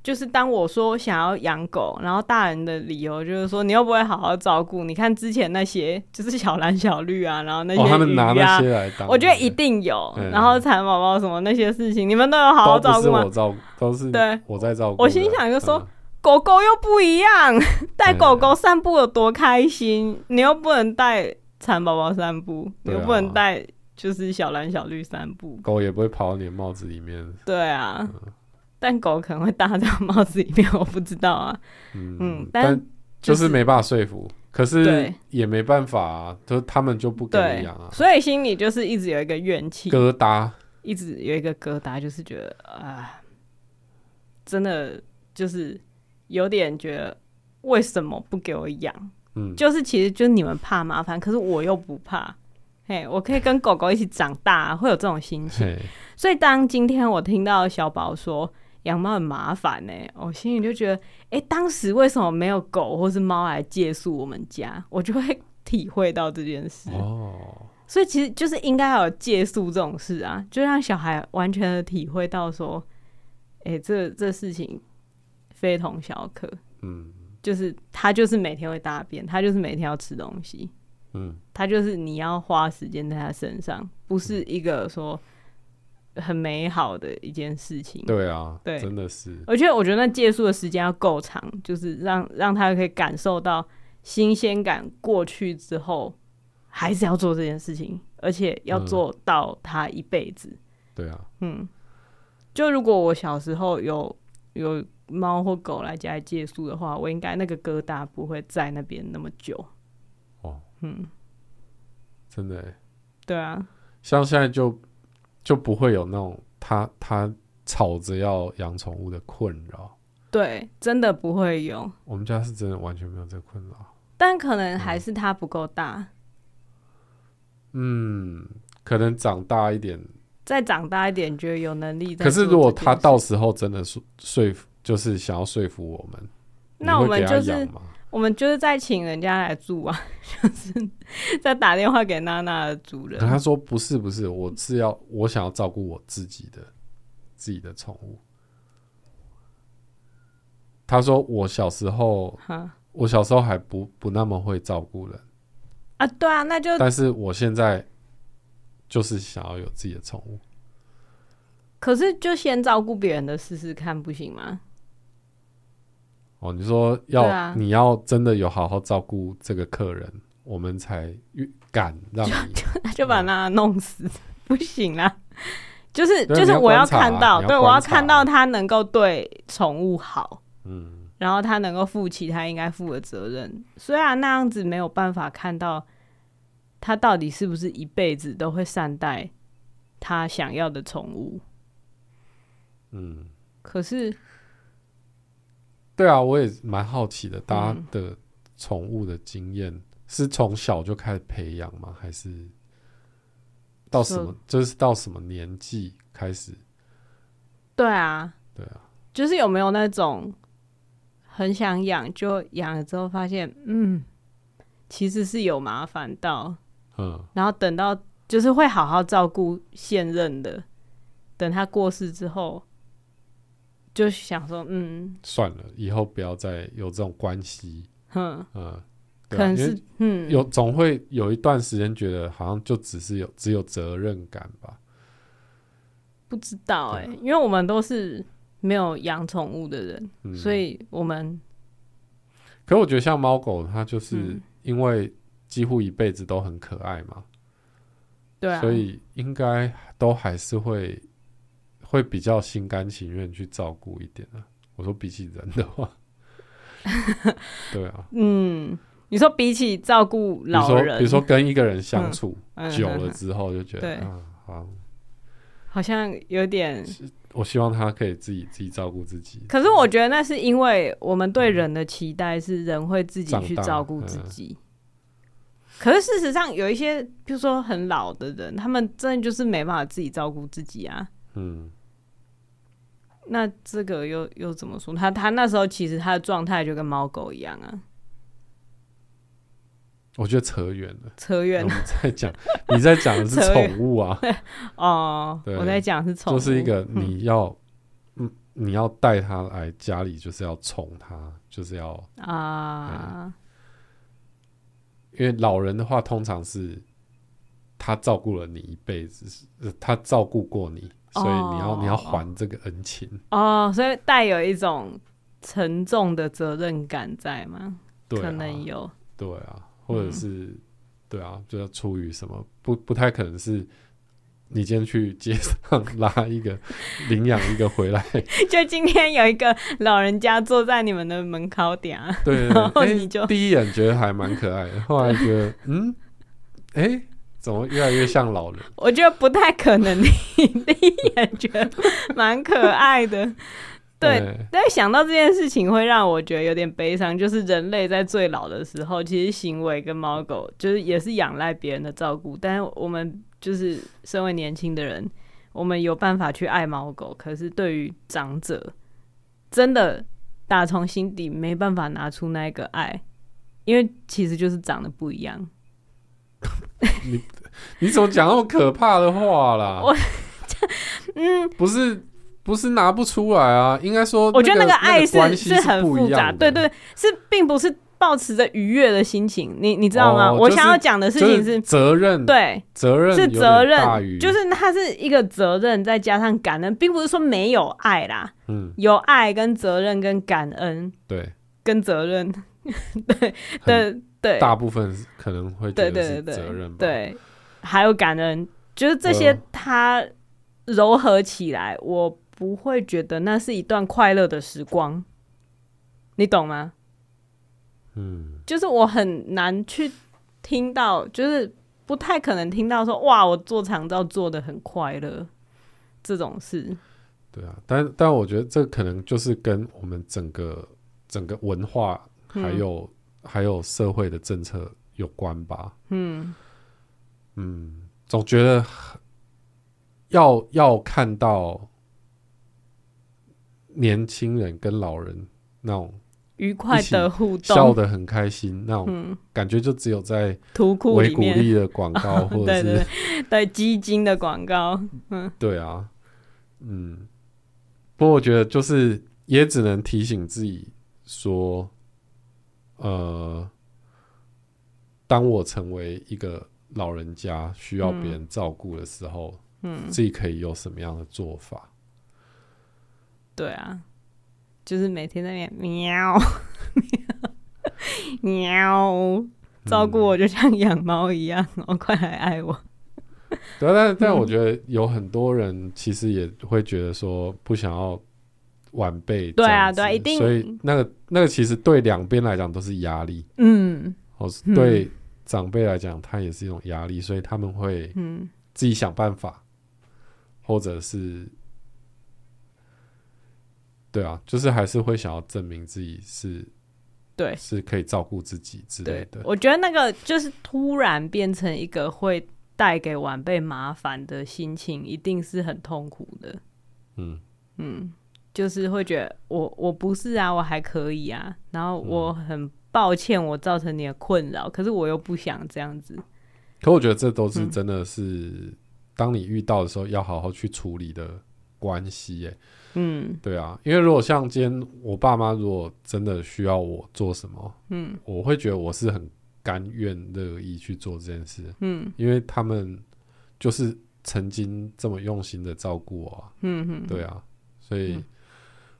Speaker 1: 就是当我说想要养狗，然后大人的理由就是说你又不会好好照顾，你看之前那些就是小蓝小绿啊，然后那些、
Speaker 2: 哦，
Speaker 1: 鱼
Speaker 2: 他们拿
Speaker 1: 啊
Speaker 2: 那些来当，
Speaker 1: 我觉得一定有
Speaker 2: 嗯，
Speaker 1: 然后蚕宝宝什么那些事情，你们都有好好
Speaker 2: 都
Speaker 1: 照
Speaker 2: 不是
Speaker 1: 顾吗
Speaker 2: 我？照，都是
Speaker 1: 对
Speaker 2: 我在照顾的。
Speaker 1: 我心想就说
Speaker 2: 嗯，
Speaker 1: 狗狗又不一样， 带
Speaker 2: 对
Speaker 1: 狗狗散步有多开心，你又不能带蚕宝宝散步，你
Speaker 2: 对啊
Speaker 1: 又不能带就是小蓝小绿散步，
Speaker 2: 狗也不会跑到你的帽子里面。
Speaker 1: 对啊。但狗可能会搭在帽子里面，我不知道啊。
Speaker 2: 嗯
Speaker 1: 嗯但
Speaker 2: 但就
Speaker 1: 就是
Speaker 2: 是没办法说服，可是
Speaker 1: 对
Speaker 2: 也没办法、啊，就是他们就不给你
Speaker 1: 对
Speaker 2: 养，啊，
Speaker 1: 所以心里就是一直有一个怨气，
Speaker 2: 疙瘩。
Speaker 1: 一直有一个疙瘩，就是觉得啊，真的就是有点觉得为什么不给我养？
Speaker 2: 嗯，
Speaker 1: 就是其实就是你们怕麻烦，可是我又不怕，嘿，我可以跟狗狗一起长大，会有这种心情。
Speaker 2: 嘿，
Speaker 1: 所以当今天我听到小宝说养猫很麻烦呢、我心里就觉得，哎、当时为什么没有狗或是猫来借宿我们家？我就会体会到这件事。
Speaker 2: 哦，
Speaker 1: 所以其实就是应该要有借宿这种事啊，就让小孩完全的体会到说，哎、这这事情非同小可，
Speaker 2: 嗯
Speaker 1: 就是他就是每天会大便，他就是每天要吃东西，
Speaker 2: 嗯，
Speaker 1: 他就是你要花时间在他身上，不是一个说很美好的一件事情。
Speaker 2: 对啊，
Speaker 1: 对
Speaker 2: 真的是，
Speaker 1: 而且我觉得那借宿的时间要够长，就是让让他可以感受到新鲜感过去之后，还是要做这件事情，而且要
Speaker 2: 嗯
Speaker 1: 做到他一辈子。
Speaker 2: 对啊，
Speaker 1: 就如果我小时候有有猫或狗来家里借宿的话，我应该那个疙瘩不会在那边那么久。
Speaker 2: 哦，嗯，真的欸，
Speaker 1: 对啊，
Speaker 2: 像现在就就不会有那种他他吵着要养宠物的困扰，
Speaker 1: 对，真的不会有，
Speaker 2: 我们家是真的完全没有这个困扰。
Speaker 1: 但可能还是它不够大。
Speaker 2: 嗯，可能长大一点，
Speaker 1: 再长大一点，觉得有能力再做这
Speaker 2: 可
Speaker 1: 件
Speaker 2: 是
Speaker 1: 事。
Speaker 2: 如果他到时候真的说说服，就是想要说服我们，
Speaker 1: 那
Speaker 2: 你
Speaker 1: 我
Speaker 2: 会给
Speaker 1: 们
Speaker 2: 他
Speaker 1: 就是
Speaker 2: 养吗？
Speaker 1: 我们就是在请人家来住啊， 就是在打电话给娜娜的主人
Speaker 2: 可。他说不是不是，我是要我想要照顾我自己的自己的宠物。他说我小时候
Speaker 1: 哈
Speaker 2: 我小时候还不不那么会照顾人，
Speaker 1: 啊，对啊，那就
Speaker 2: 但是我现在就是想要有自己的宠物。
Speaker 1: 可是就先照顾别人的试试看，不行吗？
Speaker 2: 哦，你说要、
Speaker 1: 对啊
Speaker 2: 你要真的有好好照顾这个客人，我们才敢 让你。
Speaker 1: 那就
Speaker 2: 嗯
Speaker 1: 把娜娜弄死， 不行啦。就是
Speaker 2: 对
Speaker 1: 就是
Speaker 2: 你要
Speaker 1: 我
Speaker 2: 观察啊
Speaker 1: 看到，
Speaker 2: 你要
Speaker 1: 对我要
Speaker 2: 观察啊
Speaker 1: 看到他能够对宠物好，
Speaker 2: 嗯，
Speaker 1: 然后他能够负起他应该负的责任。虽然那样子没有办法看到他到底是不是一辈子都会善待他想要的宠物，
Speaker 2: 嗯，
Speaker 1: 可是
Speaker 2: 对啊，我也蛮好奇的，大家的宠物的经验、
Speaker 1: 嗯
Speaker 2: 是从小就开始培养吗？还是到什么？就是到什么年纪开始？
Speaker 1: 对啊，
Speaker 2: 对啊，
Speaker 1: 就是有没有那种很想养，就养了之后发现，嗯，其实是有麻烦到，
Speaker 2: 嗯，
Speaker 1: 然后等到就是会好好照顾现任的，等他过世之后，就想说，嗯
Speaker 2: 算了，以后不要再有这种关系。
Speaker 1: 哼，
Speaker 2: 嗯，
Speaker 1: 可
Speaker 2: 对啊
Speaker 1: 能
Speaker 2: 因为
Speaker 1: 是嗯
Speaker 2: 有总会有一段时间觉得好像就只是有只有责任感吧。
Speaker 1: 不知道哎、
Speaker 2: 啊
Speaker 1: 因为我们都是没有养宠物的人，
Speaker 2: 嗯，
Speaker 1: 所以我们
Speaker 2: 可我觉得像猫狗，它就是
Speaker 1: 嗯
Speaker 2: 因为几乎一辈子都很可爱嘛，
Speaker 1: 对啊，
Speaker 2: 所以应该都还是会会比较心甘情愿去照顾一点啊。我说比起人的话， 对啊，
Speaker 1: 嗯，你说比起照顾
Speaker 2: 比如
Speaker 1: 老
Speaker 2: 说
Speaker 1: 人，
Speaker 2: 比如说跟一个人相处、
Speaker 1: 嗯
Speaker 2: 久了之后，就觉
Speaker 1: 对
Speaker 2: 得、啊，好像
Speaker 1: 好像有点。
Speaker 2: 我希望它可以自己自己照顾自己。
Speaker 1: 可是我觉得那是因为我们对人的期待是人会自己去照顾自己。
Speaker 2: 嗯
Speaker 1: 可是事实上，有一些比如说很老的人，他们真的就是没办法自己照顾自己啊。
Speaker 2: 嗯，
Speaker 1: 那这个又又怎么说？他他那时候其实他的状态就跟猫狗一样啊。
Speaker 2: 我觉得扯远了。
Speaker 1: 扯远
Speaker 2: 我
Speaker 1: 了
Speaker 2: 们在讲，你在讲的是
Speaker 1: 扯远
Speaker 2: 宠物啊，
Speaker 1: 哦
Speaker 2: 对，
Speaker 1: 我在讲是宠物，
Speaker 2: 就是一个你要，嗯，你要带它来家里，就是要宠它，就是要，
Speaker 1: 啊，
Speaker 2: 因为老人的话通常是他照顾了你一辈子，是呃他照顾过你，所以你要、
Speaker 1: 哦
Speaker 2: 你要还这个恩情。
Speaker 1: 哦，所以带有一种沉重的责任感在吗？
Speaker 2: 对、啊，
Speaker 1: 可能有，
Speaker 2: 对啊，或者是、对啊，就是出于什么不不太可能是。你今天去街上拉一个领养一个 回来，
Speaker 1: 就今天有一个老人家坐在你们的门口点啊，
Speaker 2: 对
Speaker 1: 然
Speaker 2: 对
Speaker 1: 后
Speaker 2: 对，
Speaker 1: 你就
Speaker 2: 哎第一眼觉得还蛮可爱的，后来觉得嗯，哎、怎么越来越像老人？
Speaker 1: 我觉得不太可能。你 第一眼觉得蛮可爱的，对。但想到这件事情，会让我觉得有点悲伤。就是人类在最老的时候，其实行为跟猫狗就是也是仰赖别人的照顾，但是我们就是身为年轻的人，我们有办法去爱猫狗，可是对于长者，真的打从心底没办法拿出那个爱，因为其实就是长得不一样。
Speaker 2: 你怎么讲那么可怕的话啦？
Speaker 1: 我
Speaker 2: 嗯，不是不是拿不出来啊，应该说、
Speaker 1: 我觉得
Speaker 2: 那
Speaker 1: 那个爱是
Speaker 2: 是、那关系
Speaker 1: 很
Speaker 2: 不
Speaker 1: 复
Speaker 2: 一
Speaker 1: 杂，
Speaker 2: 样的，
Speaker 1: 对对，对是并不是抱持着愉悦的心情，你你知道吗？
Speaker 2: 哦
Speaker 1: 我
Speaker 2: 就是
Speaker 1: 想要讲的事
Speaker 2: 就
Speaker 1: 情
Speaker 2: 是责任，，
Speaker 1: 对，
Speaker 2: 责任
Speaker 1: 是
Speaker 2: 有点
Speaker 1: 责
Speaker 2: 大于
Speaker 1: 任，就是它是一个责任，再加上感恩，并不是说没有爱啦，
Speaker 2: 嗯，
Speaker 1: 有爱跟责任跟感恩
Speaker 2: 对，
Speaker 1: 跟责任，
Speaker 2: 很
Speaker 1: 对对
Speaker 2: 大部分是可能会
Speaker 1: 对
Speaker 2: 觉
Speaker 1: 对
Speaker 2: 得
Speaker 1: 对
Speaker 2: 是
Speaker 1: 对
Speaker 2: 责任吧，
Speaker 1: 对，还有感恩，就是这些
Speaker 2: 嗯
Speaker 1: 它糅合起来，我不会觉得那是一段快乐的时光，你懂吗？
Speaker 2: 嗯，
Speaker 1: 就是我很难去听到，就是不太可能听到说哇，我做长照做的很快乐这种事。
Speaker 2: 对啊，但但我觉得这可能就是跟我们整个整个文化
Speaker 1: 嗯
Speaker 2: 还有、还有社会的政策有关吧。嗯嗯，总觉得要要看到年轻人跟老人那种
Speaker 1: 愉快的互
Speaker 2: 笑
Speaker 1: 动，
Speaker 2: 得很开心，那种
Speaker 1: 嗯，
Speaker 2: 感觉就只有在
Speaker 1: 图库
Speaker 2: 维
Speaker 1: 里
Speaker 2: 骨
Speaker 1: 面，
Speaker 2: 力的广告或者
Speaker 1: 对
Speaker 2: 是
Speaker 1: 对对， 对基金的广告，
Speaker 2: 对啊，嗯，不过我觉得就是也只能提醒自己说，呃，当我成为一个老人家需要别人照顾的时候，
Speaker 1: 嗯，
Speaker 2: 自己可以有什么样的做法？
Speaker 1: 对啊，就是每天在那边喵喵，照
Speaker 2: 嗯
Speaker 1: 顾我就像养猫一样，哦， 快来爱我，
Speaker 2: 对啊，但
Speaker 1: 嗯
Speaker 2: 但我觉得有很多人其实也会觉得说不想要晚辈这
Speaker 1: 对啊
Speaker 2: 样子
Speaker 1: 对啊一定
Speaker 2: 所以那个那个其实对两边来讲都是压力。
Speaker 1: 嗯
Speaker 2: 哦，对长辈来讲，它也是一种压力，所以他们会
Speaker 1: 嗯，
Speaker 2: 自己想办法，或者是，对啊，就是还是会想要证明自己是
Speaker 1: 对，
Speaker 2: 是可以照顾自己之类
Speaker 1: 对
Speaker 2: 的，。
Speaker 1: 我觉得那个就是突然变成一个会带给晚辈麻烦的心情，一定是很痛苦的。
Speaker 2: 嗯
Speaker 1: 嗯，就是会觉得我我不是啊，我还可以啊，然后我
Speaker 2: 嗯
Speaker 1: 很抱歉我造成你的困扰，可是我又不想这样子。
Speaker 2: 可我觉得这都
Speaker 1: 嗯
Speaker 2: 是真的是，当你遇到的时候，要好好去处理的关系耶、
Speaker 1: 嗯
Speaker 2: 对啊，因为如果像今天我爸妈如果真的需要我做什么，
Speaker 1: 嗯
Speaker 2: 我会觉得我是很甘愿乐意去做这件事，
Speaker 1: 嗯
Speaker 2: 因为他们就是曾经这么用心的照顾我啊。
Speaker 1: 嗯嗯，
Speaker 2: 对啊，所以
Speaker 1: 嗯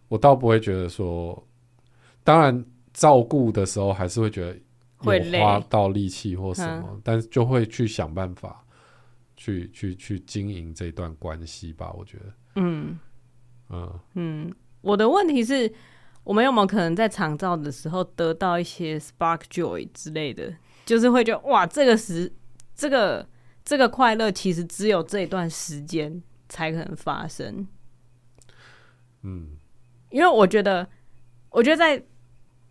Speaker 2: 我倒不会觉得说，当然照顾的时候还是会觉得
Speaker 1: 会
Speaker 2: 有
Speaker 1: 累嗯
Speaker 2: 花到力气或什么，但是就会去想办法去去去经营这段关系吧。我觉得，
Speaker 1: 嗯
Speaker 2: 嗯，
Speaker 1: 嗯。我的问题是，我们有没有可能在长照的时候得到一些 spark joy 之类的，就是会觉得哇，这个时这个这个快乐其实只有这一段时间才可能发生。
Speaker 2: 嗯，
Speaker 1: 因为我觉得，我觉得在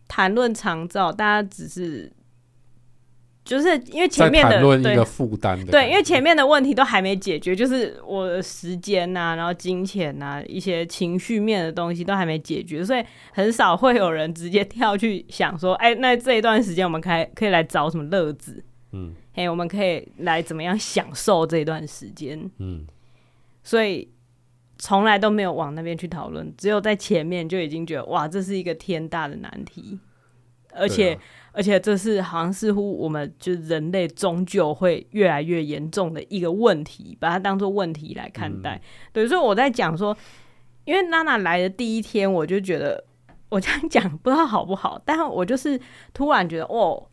Speaker 1: 谈论长照，大家只是就是因为
Speaker 2: 在
Speaker 1: 前面的
Speaker 2: 谈论一
Speaker 1: 对
Speaker 2: 个负担的感觉，
Speaker 1: 对，因为前面的问题都还没解决，就是我的时间呐、然后金钱呐、一些情绪面的东西都还没解决，所以很少会有人直接跳去想说，哎、那这一段时间我们开可以来找什么乐子，
Speaker 2: 嗯
Speaker 1: 嘿，我们可以来怎么样享受这一段时间，
Speaker 2: 嗯
Speaker 1: 所以从来都没有往那边去讨论，只有在前面就已经觉得哇，这是一个天大的难题，而且、
Speaker 2: 对啊
Speaker 1: 而且这是好像似乎我们就人类终究会越来越严重的一个问题，把它当做问题来看
Speaker 2: 嗯
Speaker 1: 待。对，所以我在讲说，因为娜娜来的第一天，我就觉得我这样讲不知道好不好，但我就是突然觉得哦。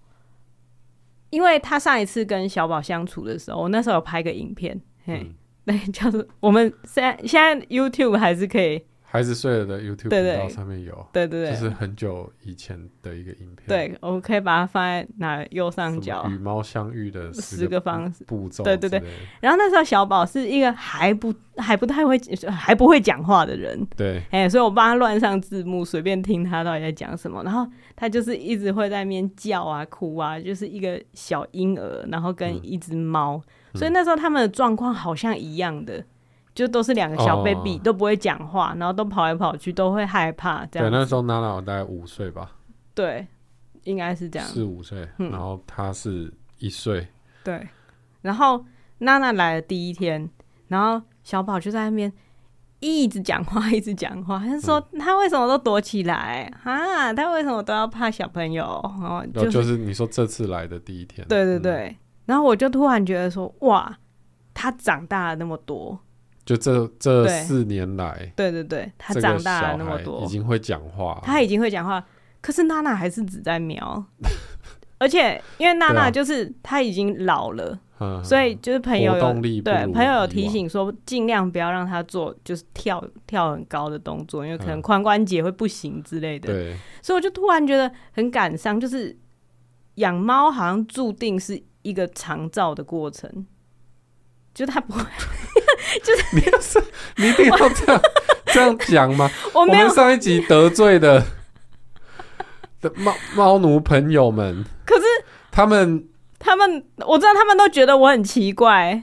Speaker 1: 因为她上一次跟小宝相处的时候，我那时候有拍个影片，嘿，
Speaker 2: 嗯，
Speaker 1: 那个叫做我们现在现在 YouTube 还是可以，
Speaker 2: 孩子睡了的 YouTube
Speaker 1: 对对
Speaker 2: 频道上面有，
Speaker 1: 对对
Speaker 2: 这
Speaker 1: 对，
Speaker 2: 是很久以前的一个影片，
Speaker 1: 对，我们可以把它放在哪右
Speaker 2: 什
Speaker 1: 上
Speaker 2: 么嗯
Speaker 1: 角。
Speaker 2: 与猫相遇的
Speaker 1: 十个方
Speaker 2: 式步骤之
Speaker 1: 对
Speaker 2: 类
Speaker 1: 对
Speaker 2: 的，
Speaker 1: 对然后那时候小宝是一个还不还不太会还不会讲话的人，
Speaker 2: 对
Speaker 1: 哎、所以我帮他乱上字幕，随便听他到底在讲什么。然后他就是一直会在那边叫啊、哭啊，就是一个小婴儿，然后跟
Speaker 2: 嗯
Speaker 1: 一只猫。
Speaker 2: 嗯
Speaker 1: 所以那时候他们的状况好像一样的，就都是两个小
Speaker 2: 哦
Speaker 1: baby、都不会讲话，然后都跑来跑去，都会害怕这
Speaker 2: 对，
Speaker 1: 样。
Speaker 2: 那时候娜娜大概五岁吧，
Speaker 1: 对，应该是这样。
Speaker 2: 四五岁，
Speaker 1: 嗯
Speaker 2: 然后他是一岁，
Speaker 1: 对，然后娜娜来的第一天，然后小宝就在那边一直讲话，一直讲话，他就说
Speaker 2: 嗯
Speaker 1: 他为什么都躲起来啊？他为什么都要怕小朋友？然后
Speaker 2: 然后
Speaker 1: 就是、
Speaker 2: 哦就是你说这次来的第一天，
Speaker 1: 对对
Speaker 2: 嗯，
Speaker 1: 对，然后我就突然觉得说，哇，他长大了那么多，
Speaker 2: 就这这
Speaker 1: 对
Speaker 2: 四年来，
Speaker 1: 对对对，他
Speaker 2: 这个
Speaker 1: 长大
Speaker 2: 小
Speaker 1: 了那么
Speaker 2: 孩
Speaker 1: 多，
Speaker 2: 已经哦会讲话，
Speaker 1: 他已经会讲话，可是娜娜还是只在 瞄，而且因为娜
Speaker 2: 对
Speaker 1: 娜
Speaker 2: 啊
Speaker 1: 就是她已经老了。
Speaker 2: 嗯
Speaker 1: 所以就是朋友
Speaker 2: 活
Speaker 1: 有
Speaker 2: 动力不
Speaker 1: 对
Speaker 2: 如
Speaker 1: 朋友有
Speaker 2: 以
Speaker 1: 提
Speaker 2: 往
Speaker 1: 醒说，尽量不要让他做就是跳跳很高的动作，因为可能
Speaker 2: 嗯
Speaker 1: 髋关节会不行之类的。
Speaker 2: 对
Speaker 1: 所以我就突然觉得很感伤，就是养猫好像注定是一个长照的过程，就它 不会，
Speaker 2: 你一定要这样这样讲吗？
Speaker 1: 我
Speaker 2: 我
Speaker 1: 没有
Speaker 2: 们，上一集得罪的的猫猫奴朋友们，
Speaker 1: 可是
Speaker 2: 他们，
Speaker 1: 他们我知道他们都觉得我很奇怪，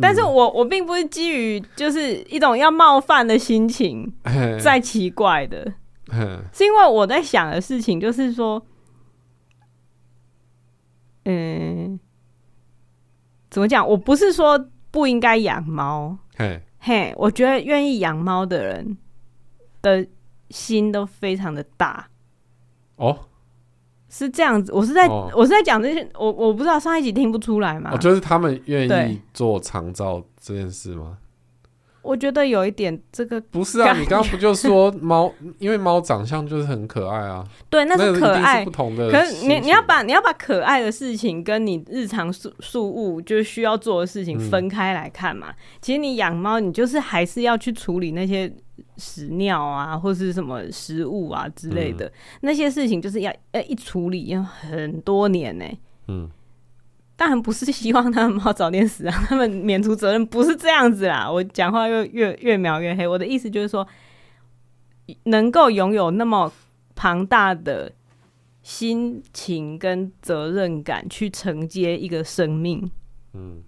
Speaker 1: 但是
Speaker 2: 嗯
Speaker 1: 我我并不是基于就是一种要冒犯的心情
Speaker 2: 嘿
Speaker 1: 在奇怪的。
Speaker 2: 嗯
Speaker 1: 是因为我在想的事情就是说，嗯，怎么讲？我不是说不应该养猫，
Speaker 2: 嘿，
Speaker 1: 嘿，我觉得愿意养猫的人的心都非常的大，
Speaker 2: 哦，
Speaker 1: 是这样子。我是在、
Speaker 2: 哦
Speaker 1: 我是在讲这些，我我不知道上一集听不出来嘛。
Speaker 2: 哦，就是他们愿意
Speaker 1: 对
Speaker 2: 做长照这件事吗？
Speaker 1: 我觉得有一点这个
Speaker 2: 不是啊，
Speaker 1: 干
Speaker 2: 你刚刚不就说猫，因为猫长相就是很可爱啊，
Speaker 1: 对， 那
Speaker 2: 个
Speaker 1: 是
Speaker 2: 一
Speaker 1: 可
Speaker 2: 定
Speaker 1: 爱
Speaker 2: 是不。同的
Speaker 1: 可
Speaker 2: 心
Speaker 1: 是
Speaker 2: 情。
Speaker 1: 你你要把你要把可爱的事情跟你日常事事物就是需要做的事情
Speaker 2: 嗯
Speaker 1: 分开来看嘛。其实你养猫，你就是还是要去处理那些屎尿啊，或是什么食物啊之
Speaker 2: 嗯
Speaker 1: 类的、那些事情，就是要呃一处理要很多年呢、
Speaker 2: 嗯，
Speaker 1: 当然不是希望他们猫早点死啊，他 们免除责任，不是这样子啦。我讲话越越越描越黑，我的意思就是说，能够拥有那么庞大的心情跟责任感去承接一个生命，
Speaker 2: 嗯，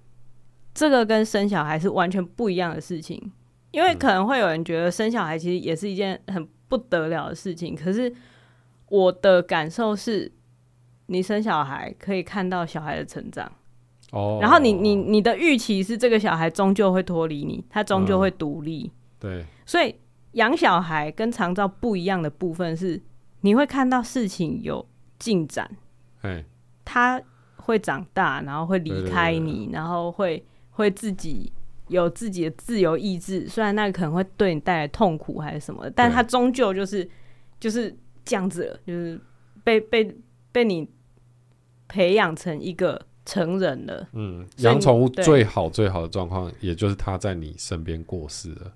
Speaker 1: 这个跟生小孩是完全不一样的事情。因为可能会有人觉得生小孩其实也是一件很不得了的事情，可是我的感受是，你生小孩可以看到小孩的成长。
Speaker 2: 哦，
Speaker 1: 然后你你你的预期是这个小孩终究会脱离你，他终究会独立，
Speaker 2: 对，
Speaker 1: 所以养小孩跟长照不一样的部分是，你会看到事情有进展，
Speaker 2: 哎，
Speaker 1: 他会长大，然后会离开你，
Speaker 2: 对
Speaker 1: 然后会会自己有自己的自由意志，虽然那个可能会对你带来痛苦还是什么，但他终究就是就是这样子了，就是被被被你培养成一个成人了。
Speaker 2: 嗯，
Speaker 1: 所以
Speaker 2: 养
Speaker 1: 你
Speaker 2: 宠物
Speaker 1: 对
Speaker 2: 最好最好的状况，也就是它在你身边过世了，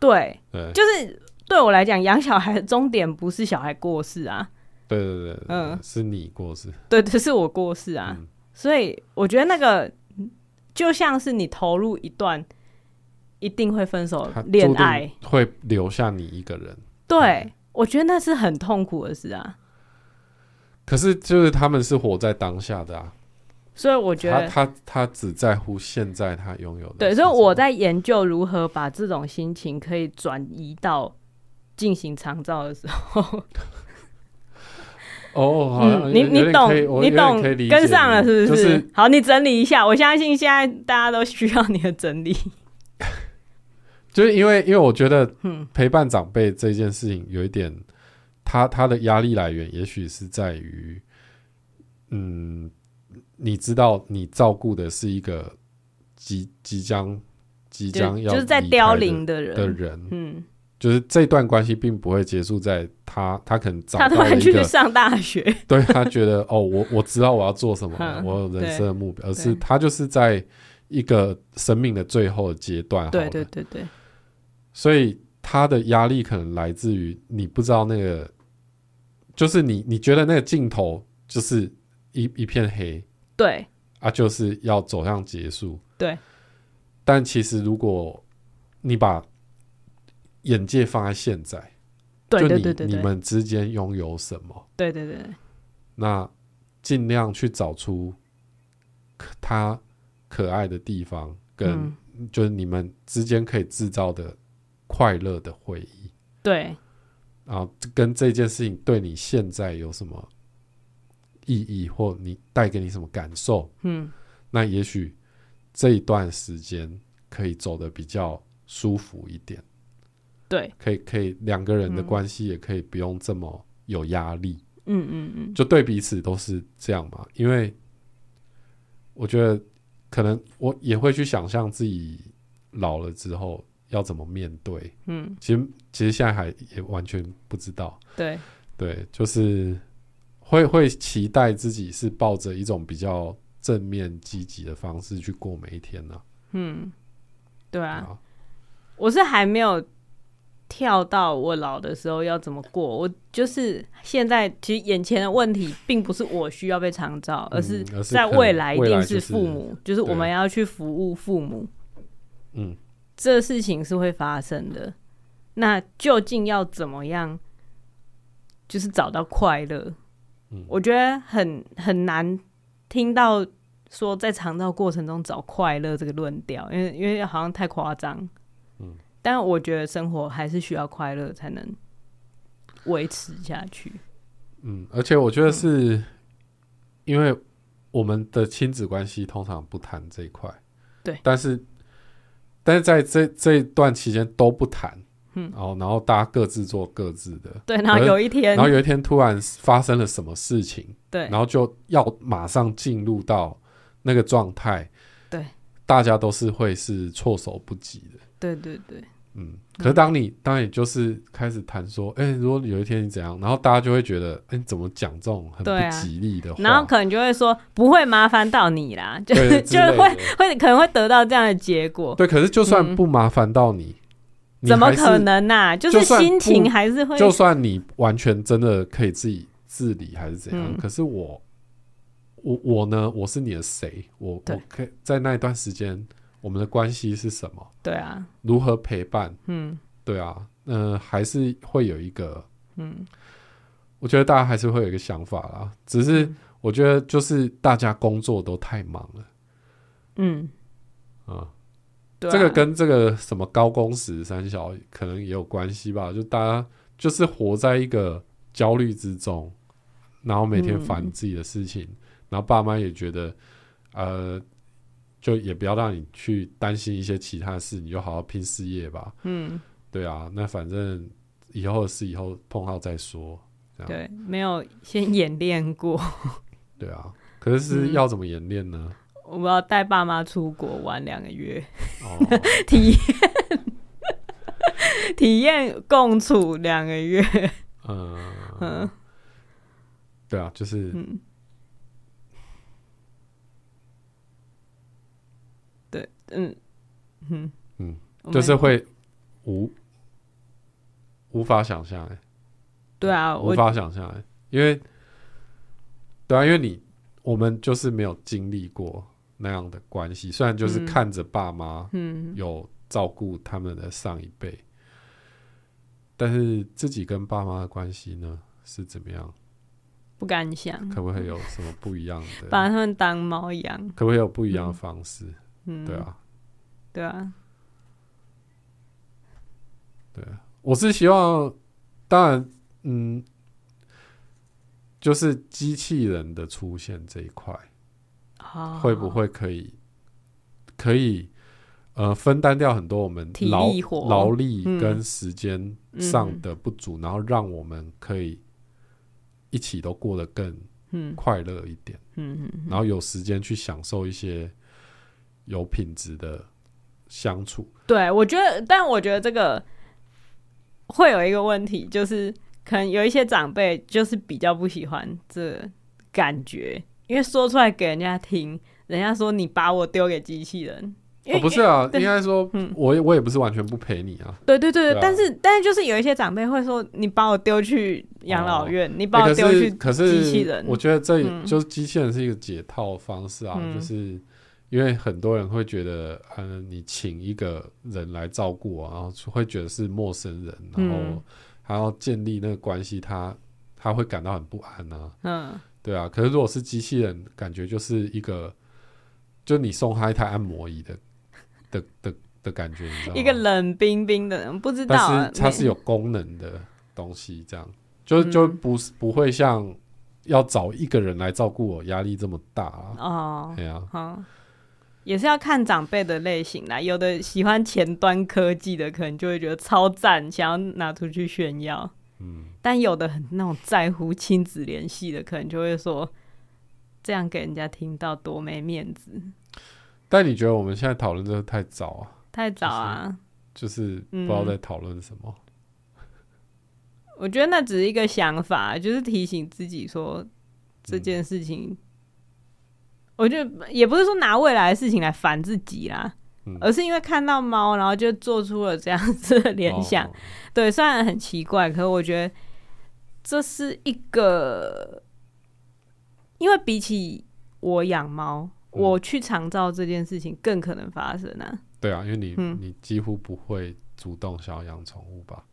Speaker 1: 对，
Speaker 2: 对，
Speaker 1: 就是对我来讲，养小孩的终点不是小孩过世啊，
Speaker 2: 对对对，
Speaker 1: 嗯
Speaker 2: 嗯，是你过世，
Speaker 1: 对，只是我过世啊。
Speaker 2: 嗯
Speaker 1: 所以我觉得那个就像是你投入一段一定会分手
Speaker 2: 他
Speaker 1: 哦恋
Speaker 2: 注定嗯
Speaker 1: 爱，
Speaker 2: 会留下你一个人。
Speaker 1: 对我觉得那是很痛苦的事啊。
Speaker 2: 可是就是他们是活在当下的啊，
Speaker 1: 所以我觉
Speaker 2: 他
Speaker 1: 得，
Speaker 2: 他他只在乎现在他拥有的。
Speaker 1: 对，所以我，在研究如何把这种心情可以转移到进行长照的时候。
Speaker 2: 哦，好像有
Speaker 1: 嗯，你
Speaker 2: 有
Speaker 1: 你
Speaker 2: 点
Speaker 1: 懂
Speaker 2: 可以我
Speaker 1: 你
Speaker 2: 有点
Speaker 1: 懂
Speaker 2: 可以理解
Speaker 1: 跟上了
Speaker 2: 你
Speaker 1: 是不？
Speaker 2: 就是是
Speaker 1: 好，你整理一下，我相信现在大家都需要你的整理。
Speaker 2: 就是因为因为我觉得
Speaker 1: 嗯
Speaker 2: 陪伴长辈这件事情有一点，他他的压力来源也许是在于，嗯，你知道你照顾的是一个即即将即
Speaker 1: 就
Speaker 2: 将要
Speaker 1: 就是在
Speaker 2: 离开
Speaker 1: 凋
Speaker 2: 的
Speaker 1: 零的人，
Speaker 2: 的人，
Speaker 1: 嗯，
Speaker 2: 就是这段关系并不会结束在他他可能找
Speaker 1: 他突
Speaker 2: 到了
Speaker 1: 然
Speaker 2: 一
Speaker 1: 去
Speaker 2: 个
Speaker 1: 上大学，
Speaker 2: 对他觉得哦，我我知道我要做什么了，
Speaker 1: 嗯
Speaker 2: 我有人
Speaker 1: 对
Speaker 2: 生的目标，而
Speaker 1: 对
Speaker 2: 是他就是在一个生命的最后的阶段好
Speaker 1: 对
Speaker 2: 了，
Speaker 1: 对对对，
Speaker 2: 所以他的压力可能来自于你不知道那个，就是你你觉得那个尽头就是一一片黑
Speaker 1: 对
Speaker 2: 啊，就是要走向结束，
Speaker 1: 对，
Speaker 2: 但其实如果你把眼界放在现在，
Speaker 1: 对对
Speaker 2: 就
Speaker 1: 对
Speaker 2: 你
Speaker 1: 对
Speaker 2: 你
Speaker 1: 对，
Speaker 2: 们之间拥有什么？
Speaker 1: 对对对对
Speaker 2: 那尽量去找出可他可爱的地方，跟
Speaker 1: 嗯
Speaker 2: 就是你们之间可以制造的快乐的回忆，
Speaker 1: 对，
Speaker 2: 然后跟这件事情对你现在有什么意义，或你带给你什么感受？
Speaker 1: 嗯，
Speaker 2: 那也许这一段时间可以走得比较舒服一点，
Speaker 1: 对，
Speaker 2: 可以可以两个人的
Speaker 1: 嗯
Speaker 2: 关系也可以不用这么有压力。
Speaker 1: 嗯嗯嗯，
Speaker 2: 就对彼此都是这样嘛。因为我觉得可能我也会去想象自己老了之后要怎么面对。
Speaker 1: 嗯，
Speaker 2: 其实其实现在还也完全不知道，
Speaker 1: 对
Speaker 2: 对，就是会会期待自己是抱着一种比较正面积极的方式去过每一天呢、
Speaker 1: 对
Speaker 2: 啊。
Speaker 1: 啊，
Speaker 2: 啊，
Speaker 1: 我是还没有跳到我老的时候要怎么过，我就是现在其实眼前的问题，并不是我需要被长照，嗯而是
Speaker 2: 而是
Speaker 1: 在
Speaker 2: 可能
Speaker 1: 未来一
Speaker 2: 未来
Speaker 1: 定
Speaker 2: 就是
Speaker 1: 是父母，就是我们要去服务父母，
Speaker 2: 嗯，
Speaker 1: 这事情是会发生的。那究竟要怎么样，就是找到快乐？
Speaker 2: 嗯
Speaker 1: 我觉得很很难听到说在肠道过程中找快乐这个论调，因为因为好像太夸张。嗯，但我觉得生活还是需要快乐才能维持下去。
Speaker 2: 嗯，而且我觉得是因为我们的亲子关系通常不谈这一块，
Speaker 1: 对
Speaker 2: 但是但是在这这一段期间都不谈，
Speaker 1: 嗯
Speaker 2: 哦，然后大家各自做各自的，
Speaker 1: 对，然后
Speaker 2: 可是
Speaker 1: 有一天
Speaker 2: 然，后有一天突然发生了什么事情，
Speaker 1: 对
Speaker 2: 然后就要马上进入到那个状态，
Speaker 1: 对，
Speaker 2: 大家都是会是措手不及的。
Speaker 1: 对对对
Speaker 2: 嗯，可是当你当你就是开始谈说，哎、如果有一天你怎样，然后大家就会觉得，哎、你怎么讲这种很
Speaker 1: 对啊
Speaker 2: 不吉利的话？
Speaker 1: 然后可能就会说不会麻烦到你啦，就
Speaker 2: 对之
Speaker 1: 就
Speaker 2: 类的
Speaker 1: 会会可能会得到这样的结果。
Speaker 2: 对，可是就算
Speaker 1: 嗯
Speaker 2: 不麻烦到你，你
Speaker 1: 怎么
Speaker 2: 还是
Speaker 1: 可？能呐、就
Speaker 2: 就是算
Speaker 1: 心
Speaker 2: 不
Speaker 1: 情还是会
Speaker 2: 就算你完全真的可以自己自理还是怎样，
Speaker 1: 嗯
Speaker 2: 可是我，我我呢？我是你的谁？我
Speaker 1: 对
Speaker 2: 我可以在那一段时间，我们的关系是什么？
Speaker 1: 对啊，
Speaker 2: 如何陪伴？
Speaker 1: 嗯
Speaker 2: 对啊，呃，还是会有一个，
Speaker 1: 嗯，
Speaker 2: 我觉得大家还是会有一个想法啦。只是
Speaker 1: 嗯
Speaker 2: 我觉得就是大家工作都太忙了
Speaker 1: 嗯，
Speaker 2: 啊。
Speaker 1: 对啊、
Speaker 2: 这个跟这个什么高工时三小可能也有关系吧，就大家就是活在一个焦虑之中，然后每天烦
Speaker 1: 嗯
Speaker 2: 自己的事情，然后爸妈也觉得，呃，就也不要让你去担心一些其他的事，你就好好拼事业吧。
Speaker 1: 嗯。
Speaker 2: 对啊，那反正以后的事以后碰到再说。这样
Speaker 1: 对，没有先演练过。
Speaker 2: 对啊，可是
Speaker 1: 嗯
Speaker 2: 要怎么演练 呢？
Speaker 1: 我们要带爸妈出国玩两个月，
Speaker 2: 哦，
Speaker 1: 体验 体验共处两个月。
Speaker 2: 嗯
Speaker 1: 嗯，
Speaker 2: 对啊，就是
Speaker 1: 嗯，对，嗯嗯
Speaker 2: 嗯，
Speaker 1: 我
Speaker 2: 就
Speaker 1: 们
Speaker 2: 是会无无法想象、欸，
Speaker 1: 对啊，
Speaker 2: 无
Speaker 1: 我
Speaker 2: 法想象、欸，因为对啊，因为你我们就是没有经历过那样的关系，虽然就是
Speaker 1: 嗯
Speaker 2: 看着爸妈
Speaker 1: 嗯
Speaker 2: 有照顾他们的上一辈，但是自己跟爸妈的关系呢是怎么样？
Speaker 1: 不敢想，
Speaker 2: 可不可以
Speaker 1: 嗯
Speaker 2: 有什么不一样 的？
Speaker 1: 把他们当猫养，
Speaker 2: 可不可以有不一样的方式？
Speaker 1: 嗯，
Speaker 2: 对，啊，
Speaker 1: 对啊，
Speaker 2: 对啊，我是希望，当然，嗯，就是机器人的出现这一块，
Speaker 1: 哦
Speaker 2: 会不会可以可以呃分担掉很多我们
Speaker 1: 体
Speaker 2: 劳
Speaker 1: 力活
Speaker 2: 劳力
Speaker 1: 嗯
Speaker 2: 跟时间上的不足，然后让我们可以一起都过得更
Speaker 1: 嗯
Speaker 2: 快乐一点，
Speaker 1: 嗯嗯
Speaker 2: 然后有时间去享受一些有品质的相处。
Speaker 1: 对，我觉得，但我觉得这个会有一个问题，就是可能有一些长辈就是比较不喜欢这感觉，因为说出来给人家听，人家说你把我丢给机器人，因为、
Speaker 2: 哦，不是啊，
Speaker 1: 对
Speaker 2: 应该说
Speaker 1: 嗯，
Speaker 2: 我也我也不是完全不陪你啊。
Speaker 1: 对对对，
Speaker 2: 对啊
Speaker 1: 但是但是就是有一些长辈会说你把我丢去养老院，你把我
Speaker 2: 欸可
Speaker 1: 丢去
Speaker 2: 是可
Speaker 1: 机器
Speaker 2: 是
Speaker 1: 人，，
Speaker 2: 我觉得这
Speaker 1: 嗯
Speaker 2: 就是机器人是一个解套方式啊，
Speaker 1: 嗯
Speaker 2: 就是因为很多人会觉得，嗯，你请一个人来照顾我，然后会觉得是陌生人，然后
Speaker 1: 嗯
Speaker 2: 还要建立那个关系，他他会感到很不安啊。
Speaker 1: 嗯
Speaker 2: 对啊，可是如果是机器人，感觉就是一个，就你送他一台按摩椅的的的的感觉，你知道吗？
Speaker 1: 一个冷冰冰的人，不知道、
Speaker 2: 哦但
Speaker 1: 啊嗯
Speaker 2: 是，它是
Speaker 1: 有
Speaker 2: 有功能的东西，这样就就不是不会像要找一个人来照顾我压力这么大啊。
Speaker 1: 哦，
Speaker 2: 对啊，
Speaker 1: 好，也是要看长辈的类型啦。有的喜欢前端科技的，可能就会觉得超赞，想要拿出去炫耀。
Speaker 2: 嗯，
Speaker 1: 但有的很那种在乎亲子联系的，可能就会说这样给人家听到多没面子，
Speaker 2: 但你觉得我们现在讨论这个太早啊？
Speaker 1: 太早啊！
Speaker 2: 就是不
Speaker 1: 嗯
Speaker 2: 知道在讨论什么。
Speaker 1: 我觉得那只是一个想法，就是提醒自己说这件事情。
Speaker 2: 嗯
Speaker 1: 我觉得也不是说拿未来的事情来烦自己啦，
Speaker 2: 嗯
Speaker 1: 而是因为看到猫，然后就做出了这样子的联想
Speaker 2: 哦，，
Speaker 1: 对，虽然很奇怪，可是我觉得这是一个，因为比起我养猫，
Speaker 2: 嗯
Speaker 1: 我去长照这件事情更可能发生啊。
Speaker 2: 对啊，因为你、
Speaker 1: 嗯
Speaker 2: 你几乎不会主动想要养宠物吧？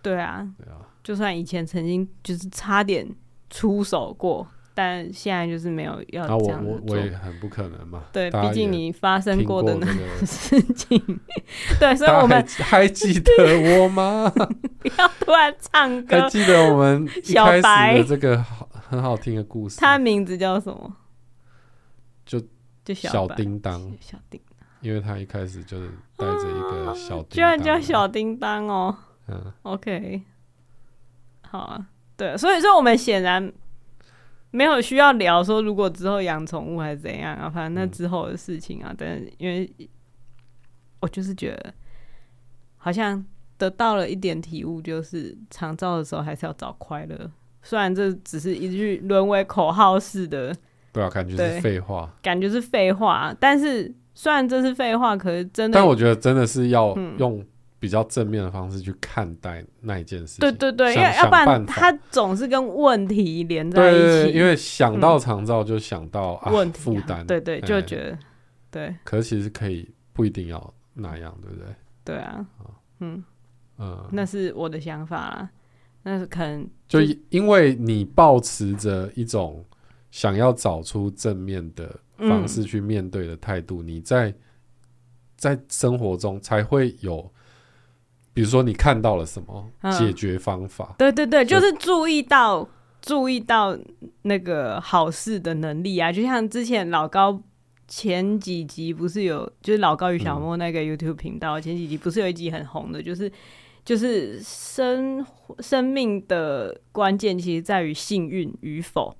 Speaker 1: 对啊，
Speaker 2: 对啊，
Speaker 1: 就算以前曾经就是差点出手过，但现在就是没有要
Speaker 2: 那啊我
Speaker 1: 哦这样
Speaker 2: 我
Speaker 1: 子
Speaker 2: 我
Speaker 1: 做
Speaker 2: 也。很不可能嘛。
Speaker 1: 对，
Speaker 2: 大家
Speaker 1: 毕竟
Speaker 2: 也
Speaker 1: 你发生
Speaker 2: 听
Speaker 1: 过
Speaker 2: 过
Speaker 1: 的
Speaker 2: 这
Speaker 1: 那
Speaker 2: 个
Speaker 1: 事情， 对，所以
Speaker 2: 大
Speaker 1: 我
Speaker 2: 家还
Speaker 1: 们
Speaker 2: 还记得 我吗？
Speaker 1: 不要突然唱
Speaker 2: 还
Speaker 1: 歌。
Speaker 2: 记得我们一
Speaker 1: 小
Speaker 2: 开始
Speaker 1: 白
Speaker 2: 的这个好很好听的故事？
Speaker 1: 他名字叫什么？
Speaker 2: 就
Speaker 1: 就
Speaker 2: 小
Speaker 1: 白
Speaker 2: 叮当，
Speaker 1: 小叮。
Speaker 2: 因为他一开始就是带着一个小叮当、
Speaker 1: 居然叫，小叮当哦
Speaker 2: 嗯，
Speaker 1: ，OK，好啊，对，所以说我们显然没有需要聊说如果之后养宠物还是怎样啊，反正那
Speaker 2: 嗯
Speaker 1: 之后的事情啊，但是因为我就是觉得好像得到了一点体悟，就是长照的时候还是要找快乐，虽然这只是一句沦为口号式的
Speaker 2: 对啊，感觉
Speaker 1: 对
Speaker 2: 是废话，
Speaker 1: 感觉是废话，但是虽然这是废话，可是真的
Speaker 2: 但我觉得真的是要用比较正面的方式去看待那一件事情。
Speaker 1: 对对对，
Speaker 2: 想
Speaker 1: 要要
Speaker 2: 想
Speaker 1: 不然
Speaker 2: 办法
Speaker 1: 他总是跟问题连在
Speaker 2: 对
Speaker 1: 一起，
Speaker 2: 对对因为想到长照就想到、
Speaker 1: 问
Speaker 2: 啊
Speaker 1: 题啊
Speaker 2: 负担，
Speaker 1: 对对，
Speaker 2: 哎
Speaker 1: 就觉得对
Speaker 2: 可是其实可以不一定要那样，对不对？
Speaker 1: 对啊，
Speaker 2: 嗯，
Speaker 1: 那是我的想法啦，那是可能
Speaker 2: 就因为你抱持着一种想要找出正面的方式去面对的态度，你在在生活中才会有，比如说你看到了什么、
Speaker 1: 嗯
Speaker 2: 解决方法，
Speaker 1: 对对对，
Speaker 2: 就
Speaker 1: 就是注意到注意到那个好事的能力啊，就像之前老高。前几集不是有，就是老高与小
Speaker 2: 嗯
Speaker 1: 莫那个 YouTube 频道，前几集不是有一集很红的，就是就是生生命的关键其实在于幸运与否，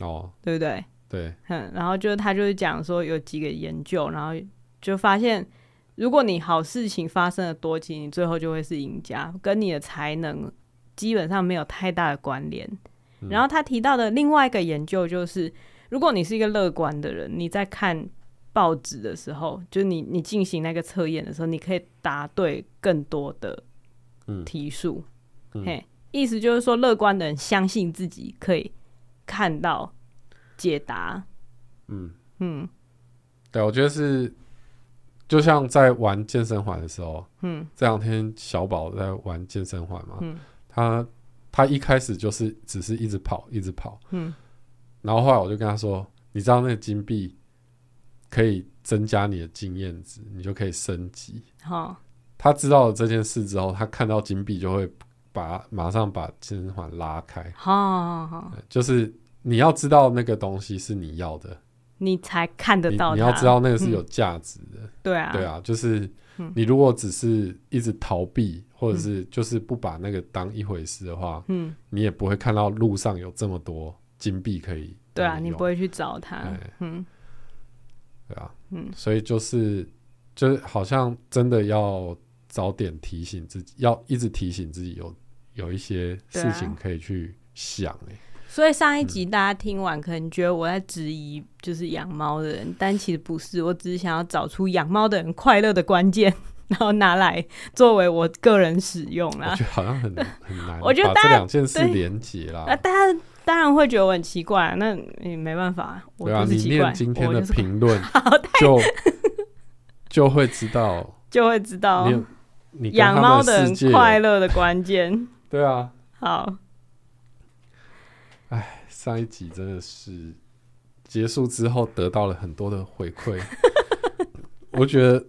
Speaker 2: 哦，
Speaker 1: 对不对？
Speaker 2: 对，
Speaker 1: 嗯，然后就是他就是讲说有几个研究，然后就发现，如果你好事情发生的多，其实你最后就会是赢家，跟你的才能基本上没有太大的关联。
Speaker 2: 嗯
Speaker 1: 然后他提到的另外一个研究就是，如果你是一个乐观的人，你在看报纸的时候，就是你你进行那个测验的时候，你可以答对更多的
Speaker 2: 嗯
Speaker 1: 题数。
Speaker 2: 嗯
Speaker 1: 嘿，意思就是说，乐观的人相信自己可以看到解答。
Speaker 2: 嗯
Speaker 1: 嗯
Speaker 2: 对，我觉得是就像在玩健身环的时候，
Speaker 1: 嗯
Speaker 2: 这两天小宝在玩健身环嘛，
Speaker 1: 嗯
Speaker 2: 他他一开始就是只是一直跑，一直跑，
Speaker 1: 嗯，
Speaker 2: 然后后来我就跟他说，你知道那个金币可以增加你的经验值，你就可以升级。
Speaker 1: 好，
Speaker 2: 他知道了这件事之后，他看到金币就会把马上把健身环拉开，
Speaker 1: 好好好，
Speaker 2: 就是你要知道那个东西是你要的，
Speaker 1: 你才看得
Speaker 2: 你
Speaker 1: 到它。嗯
Speaker 2: 你要知道那个是有价值的。
Speaker 1: 对啊，
Speaker 2: 对，啊，就是
Speaker 1: 嗯
Speaker 2: 你如果只是一直逃避，或者是就是不把那个当一回事的话，
Speaker 1: 嗯，
Speaker 2: 你也不会看到路上有这么多金币可以让用。
Speaker 1: 对啊，你不会去找它
Speaker 2: 嗯哎。
Speaker 1: 嗯
Speaker 2: 对啊，
Speaker 1: 嗯
Speaker 2: 所以就是就是好像真的要早点提醒自己，要一直提醒自己有有一些事
Speaker 1: 对
Speaker 2: 情
Speaker 1: 啊
Speaker 2: 可以去想、欸。
Speaker 1: 所以上一集大家听完，可能觉得我在质疑就是养猫的人，但其实不是，我只是想要找出养猫的人快乐的关键， 然后拿来作为我个人使用啊
Speaker 2: 我
Speaker 1: 啦。
Speaker 2: 觉得好像很很难
Speaker 1: 我觉得
Speaker 2: 把
Speaker 1: 大
Speaker 2: 这
Speaker 1: 家
Speaker 2: 两件事
Speaker 1: 对
Speaker 2: 连结啦
Speaker 1: 啊，。大家当然会觉得我很奇怪、啊那也没办法，我
Speaker 2: 对啊，
Speaker 1: 就是
Speaker 2: 你
Speaker 1: 奇怪，
Speaker 2: 念今天
Speaker 1: 我
Speaker 2: 的
Speaker 1: 就是
Speaker 2: 评论就就会知道
Speaker 1: 就会知道
Speaker 2: 你有你跟
Speaker 1: 养
Speaker 2: 他
Speaker 1: 猫
Speaker 2: 们
Speaker 1: 的
Speaker 2: 世界
Speaker 1: 人快乐的关键。
Speaker 2: 对啊，
Speaker 1: 好，
Speaker 2: 上一集真的是结束之后得到了很多的回 馈，我觉得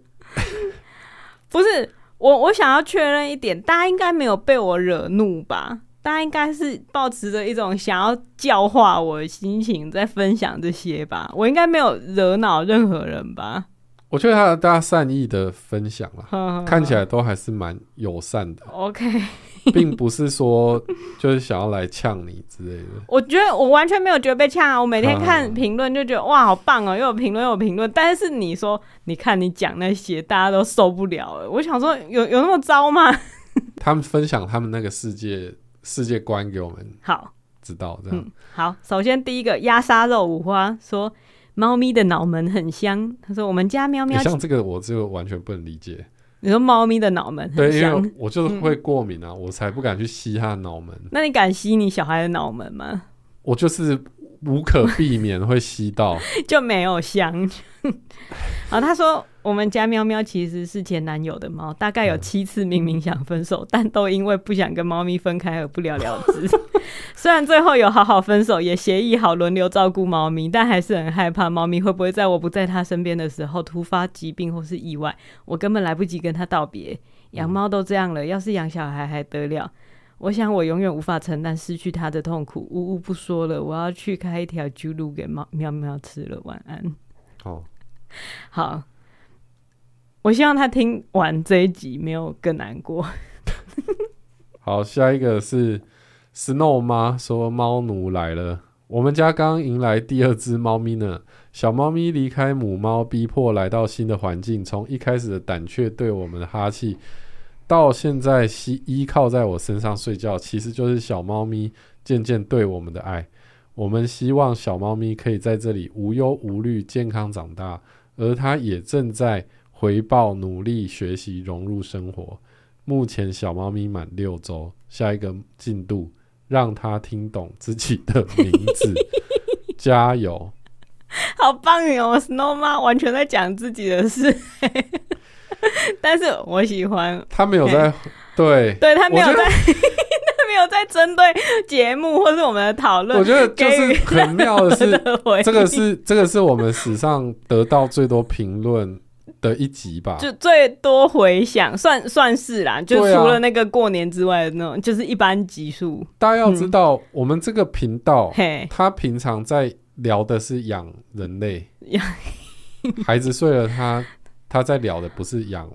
Speaker 1: 不是我，我想要确认一点，大家应该没有被我惹怒吧？大家应该是抱持着一种想要教化我的心情在分享这些吧？我应该没有惹恼任何人吧？
Speaker 2: 我觉得他大家善意的分享啦，看起
Speaker 1: 来，
Speaker 2: 来都还是蛮友善的
Speaker 1: OK，
Speaker 2: 并不 是说就是想要来呛你之类的。
Speaker 1: 我觉得我完全没有觉得被呛啊！我每天
Speaker 2: 嗯
Speaker 1: 看评论就觉得哇，好棒哦，又有评论又有评论。但是你说，你看你讲那些，大家都受不了了。我想说，有有那么糟吗？
Speaker 2: 他们分享他们那个世界世界观给我们
Speaker 1: 好，
Speaker 2: 知道，这样、
Speaker 1: 嗯，好，首先第一个鸭沙肉五花说，猫咪的脑门很香。他说我们家喵
Speaker 2: 你
Speaker 1: 喵，
Speaker 2: 欸像这个我就完全不能理解，
Speaker 1: 你说猫咪的脑门很
Speaker 2: 对，因为
Speaker 1: 香，嗯
Speaker 2: 我就是会过敏啊，我才不敢去吸他的脑门。
Speaker 1: 那你敢吸你小孩的脑门吗？
Speaker 2: 我就是无可避免会吸到，
Speaker 1: 就没有香。 然后他说，我们家喵喵其实是前男友的猫，大概有七次明明想分手，但都因为不想跟猫咪分开而不了了之。 虽然最后有好好分手，也协议好轮流照顾猫咪，但还是很害怕猫咪会不会在我不在它身边的时候突发疾病或是意外，我根本来不及跟它道别。养猫都这样了，要是养小孩还得了？我想我永远无法承担失去它的痛苦，呜呜不说了，我要去开一条猪路给猫喵喵吃了，晚安。
Speaker 2: 哦，
Speaker 1: 好，我希望他听完这一集没有更难过。
Speaker 2: 好，下一个是 Snow 妈说猫奴来了。我们家刚迎来第二只猫咪呢，小猫咪离开母猫，逼迫来到新的环境，从一开始的胆怯对我们的哈气，到现在依依靠在我身上睡觉，其实就是小猫咪渐渐对我们的爱。我们希望小猫咪可以在这里无忧无虑、健康长大，而它也正在回报努力学习、融入生活。目前小猫咪满六周，下一个进度让它听懂自己的名字，加油！
Speaker 1: 好棒哦，Snow 妈完全在讲自己的事，但是我喜欢，
Speaker 2: 他没有在 对，
Speaker 1: 对他没有
Speaker 2: 我觉得
Speaker 1: 在，他没有在针对节目或是我们的讨
Speaker 2: 我
Speaker 1: 论
Speaker 2: 觉得就是很妙的 是，
Speaker 1: 的回应
Speaker 2: 这个是这个是我们史上得到最多评论的一集吧？
Speaker 1: 就最多回响，算算是啦，就
Speaker 2: 对啊
Speaker 1: 除了那个过年之外的那种，就是一般集数。
Speaker 2: 大家要知道，我们这个频道，
Speaker 1: 嘿，
Speaker 2: 它平常在聊的是养人类
Speaker 1: 养，
Speaker 2: 孩子睡了他，他在聊的不是养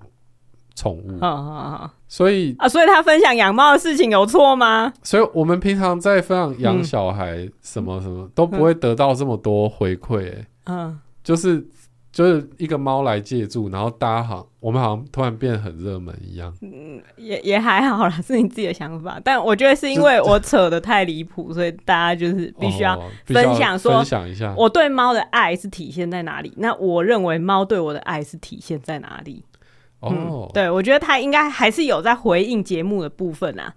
Speaker 2: 宠物，
Speaker 1: 好好好
Speaker 2: 所以
Speaker 1: 哦啊，所以他分享养猫的事情有错吗？
Speaker 2: 所以我们平常在分享养
Speaker 1: 嗯
Speaker 2: 小孩什么什么、都不会得到这么多回馈、欸
Speaker 1: 嗯，
Speaker 2: 就是就是一个猫来借住，然后大家好，我们好像突然变得很热门一样。
Speaker 1: 也也还好啦，是你自己的想法。但我觉得是因为我扯的太离谱，所以大家就是 必须要。
Speaker 2: 哦必须要
Speaker 1: 分享说
Speaker 2: 分享一下，
Speaker 1: 我对猫的爱是体现在哪里？那我认为猫对我的爱是体现在哪里？嗯
Speaker 2: 哦，
Speaker 1: 对我觉得它应该还是有在回应节目的部分啊。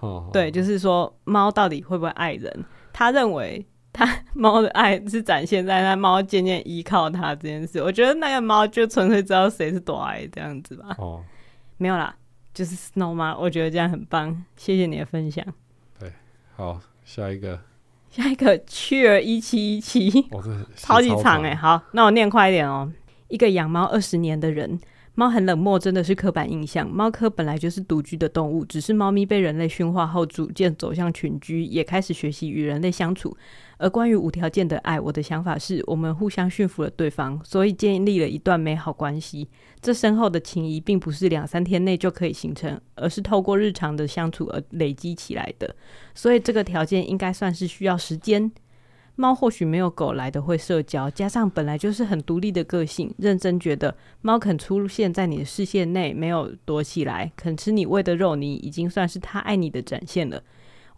Speaker 2: 哦，
Speaker 1: 对，
Speaker 2: 是
Speaker 1: 就是说猫到底会不会爱人？他认为 它猫的爱是展现在它猫渐渐依靠它这件事。我觉得那个猫就纯粹知道谁是多爱这样子吧。
Speaker 2: 哦，
Speaker 1: 没有啦，就是 Snow 妈，我觉得这样很棒，谢谢你的分享。
Speaker 2: 好，下一个，
Speaker 1: 下一个 Cheer 一七一七，
Speaker 2: 我、哦、这写
Speaker 1: 超
Speaker 2: 超
Speaker 1: 级长哎、好，那我念快一点哦。一个养猫二十年的人，猫很冷漠，真的是刻板印象。猫科本来就是独居的动物，只是猫咪被人类驯化后，逐渐走向群居，也开始学习与人类相处。而关于无条件的爱，我的想法是我们互相驯服了对方，所以建立了一段美好关系。这深厚的情谊并不是两三天内就可以形成，而是透过日常的相处而累积起来的。所以这个条件应该算是需要时间。猫或许没有狗来的会社交，加上本来就是很独立的个性，认真觉得猫肯出现在你的视线内，没有躲起来，肯吃你喂的肉泥，已经算是它爱你的展现了。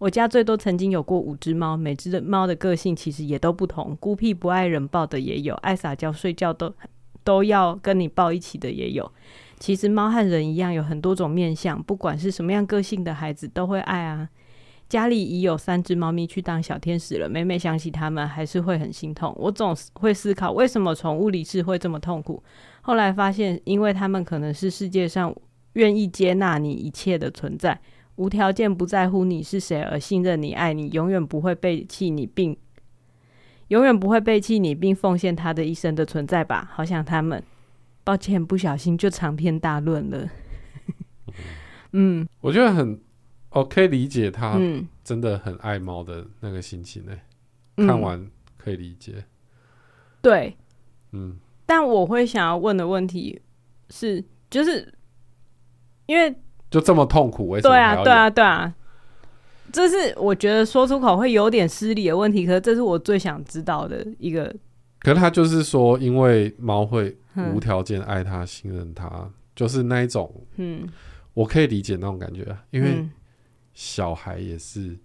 Speaker 1: 我家最多曾经有过五只猫，每只的猫的个性其实也都不同，孤僻不爱人抱的也有，爱撒娇睡觉都都要跟你抱一起的也有。其实猫和人一样，有很多种面相，不管是什么样个性的孩子都会爱啊。家里已有三只猫咪去当小天使了，每每想起它们，还是会很心痛。我总会思考，为什么宠物离世会这么痛苦？后来发现，因为它们可能是世界上愿意接纳你一切的存在，无条件不在乎你是谁，而信任你、爱你，永远不会背弃你，并永远不会背弃你，并奉献它的一生的存在吧。好想它们，抱歉，不小心就长篇大论了。嗯
Speaker 2: 我觉得很，哦，可以理解他
Speaker 1: 嗯，
Speaker 2: 真的很爱猫的那个心情呢、欸
Speaker 1: 嗯
Speaker 2: 看完可以理解，
Speaker 1: 对。
Speaker 2: 嗯，
Speaker 1: 但我会想要问的问题是，就是因为
Speaker 2: 就这么痛苦，为什么
Speaker 1: 对啊，
Speaker 2: 还要养
Speaker 1: 对啊，对啊，这是我觉得说出口会有点失礼的问题，可是这是我最想知道的一个，
Speaker 2: 可是他就是说，因为猫会
Speaker 1: 嗯
Speaker 2: 无条件爱他、信任他，就是那一种，
Speaker 1: 嗯，
Speaker 2: 我可以理解那种感觉啊。因为
Speaker 1: 嗯，
Speaker 2: 小孩也是、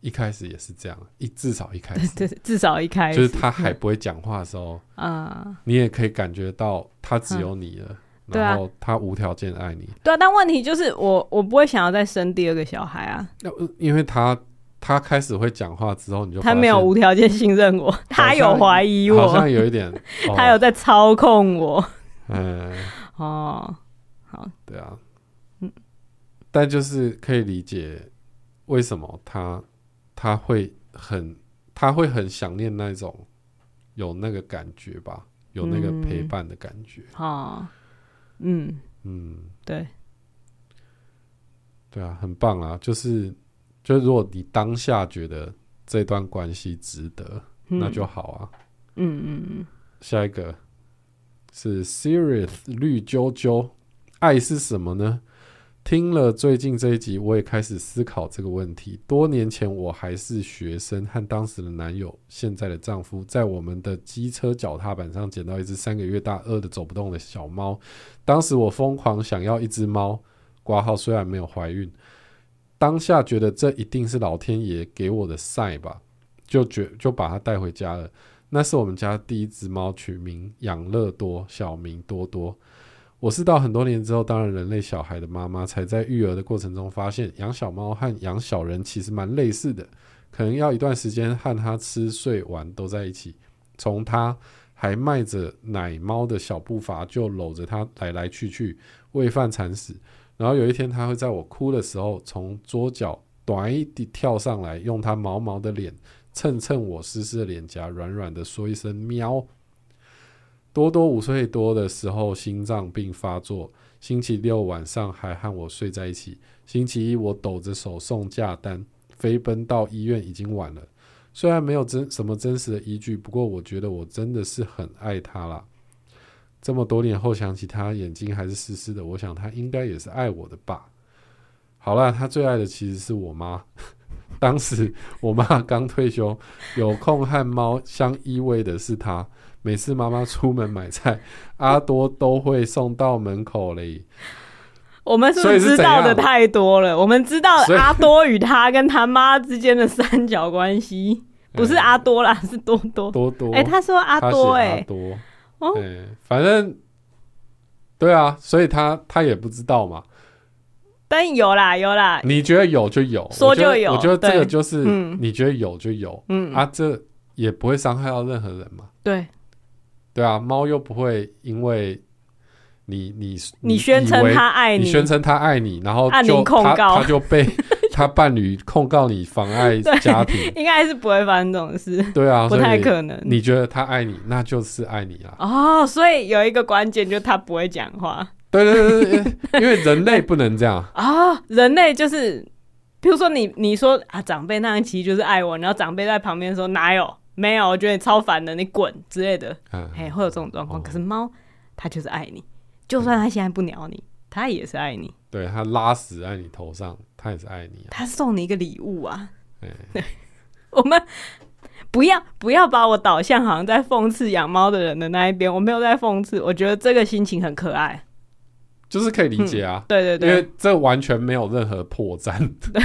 Speaker 2: 一开始也是这样，一至少一开始，
Speaker 1: 对，至少 一开
Speaker 2: 就
Speaker 1: 始
Speaker 2: 是他还不会讲话的时候，
Speaker 1: 啊，
Speaker 2: 你也可以感觉到他只有你了，
Speaker 1: 对啊
Speaker 2: 然后他无条件爱你。
Speaker 1: 对啊，但问题就是我我不会想要再生第二个小孩啊，
Speaker 2: 那、呃因为他他开始会讲话之后，你就
Speaker 1: 他
Speaker 2: 发
Speaker 1: 没有
Speaker 2: 现
Speaker 1: 无条件信任我，他有怀疑
Speaker 2: 好像
Speaker 1: 我，
Speaker 2: 有 一点，哦
Speaker 1: 他有在操控我，
Speaker 2: 嗯，
Speaker 1: 哦，
Speaker 2: 对啊，
Speaker 1: 嗯
Speaker 2: 但就是可以理解为什么他他会很他会很想念那种有那个感觉吧，有那个
Speaker 1: 嗯
Speaker 2: 陪伴的感觉。
Speaker 1: 哦，嗯，
Speaker 2: 嗯，
Speaker 1: 对，
Speaker 2: 对啊，很棒啊！就是就是，如果你当下觉得这段关系值得，
Speaker 1: 嗯
Speaker 2: 那就好啊。
Speaker 1: 嗯嗯嗯。
Speaker 2: 下一个是 Serious 绿啾啾，爱是什么呢？听了最近这一集，我也开始思考这个问题。多年前，我还是学生，和当时的男友，现在的丈夫，在我们的机车脚踏板上捡到一只三个月大、饿的走不动的小猫。当时我疯狂想要一只猫，挂号虽然没有怀孕，当下觉得这一定是老天爷给我的赛吧，就觉就把它带回家了。那是我们家第一只猫，取名养乐多，小名多多。我是到很多年之后，当然人类小孩的妈妈，才在育儿的过程中发现，养小猫和养小人其实蛮类似的，可能要一段时间和它吃睡玩都在一起。从它还迈着奶猫的小步伐，就搂着它来来去去，喂饭铲屎。然后有一天，它会在我哭的时候，从桌角短一地跳上来，用它毛毛的脸蹭蹭我湿湿的脸颊，软软的说一声喵。多多五岁多的时候心脏病发作，星期六晚上还和我睡在一起。星期一我抖着手送假单，飞奔到医院已经晚了。虽然没有真什么真实的依据，不过我觉得我真的是很爱他啦。这么多年后想起他，眼睛还是湿湿的，我想他应该也是爱我的吧。好啦，他最爱的其实是我妈。 当时我妈刚退休，有空和猫相依偎的是她。每次妈妈出门买菜，阿多都会送到门口嘞。
Speaker 1: 我们是不
Speaker 2: 所以
Speaker 1: 是
Speaker 2: 是
Speaker 1: 知
Speaker 2: 怎
Speaker 1: 道的
Speaker 2: 样
Speaker 1: 太多了？我们知道
Speaker 2: 所以
Speaker 1: 阿多与他跟他妈之间的三角关 系，不是阿多啦，是多多。
Speaker 2: 多多，
Speaker 1: 哎、他说阿
Speaker 2: 他写啊
Speaker 1: 多、
Speaker 2: 阿
Speaker 1: 哎，
Speaker 2: 多，
Speaker 1: 哦
Speaker 2: 哎，反正对啊，所以他他也不知道嘛。
Speaker 1: 但有啦有啦，
Speaker 2: 你觉得有就有，
Speaker 1: 哎说
Speaker 2: 我觉得
Speaker 1: 就有
Speaker 2: 我觉得这个
Speaker 1: 对
Speaker 2: 就是
Speaker 1: 嗯
Speaker 2: 你觉得有就有
Speaker 1: 嗯
Speaker 2: 啊，这也不会伤害到任何人嘛。
Speaker 1: 对，
Speaker 2: 对啊，猫又不会因为你你
Speaker 1: 你宣
Speaker 2: 以
Speaker 1: 称
Speaker 2: 为
Speaker 1: 他爱
Speaker 2: 你宣称他爱你，然后
Speaker 1: 按
Speaker 2: 就
Speaker 1: 铃控
Speaker 2: 他
Speaker 1: 告
Speaker 2: 他就 被他伴侣控告你妨碍
Speaker 1: 对
Speaker 2: 家庭，
Speaker 1: 应该是不会发生这种事，
Speaker 2: 对啊，
Speaker 1: 不
Speaker 2: 所
Speaker 1: 太
Speaker 2: 以
Speaker 1: 可能。
Speaker 2: 你觉得他爱你，那就是爱你啦。
Speaker 1: 哦，所以有一个关键就是他不会讲话
Speaker 2: 对对对对，因为因为人类不能这样，
Speaker 1: 啊、 哦。人类就是，比如说你你说啊，长辈那样其实就是爱我，然后长辈在旁边说哪有没有，我觉得你超烦的，你滚之类的，
Speaker 2: 嗯，
Speaker 1: 哎，会有这种状况。
Speaker 2: 哦嗯
Speaker 1: 可是猫它就是爱你，就算它现在不鸟你，它也是爱你，
Speaker 2: 对他拉屎在你头上，他也是爱你啊。
Speaker 1: 它送你一个礼物 啊。
Speaker 2: 哎，
Speaker 1: 我们不要不要把我导向好像在讽刺养猫的人的那一边，我没有在讽刺，我觉得这个心情很可爱。
Speaker 2: 就是可以理解啊，
Speaker 1: 对对
Speaker 2: 因
Speaker 1: 对，
Speaker 2: 为这完全没有任何破绽，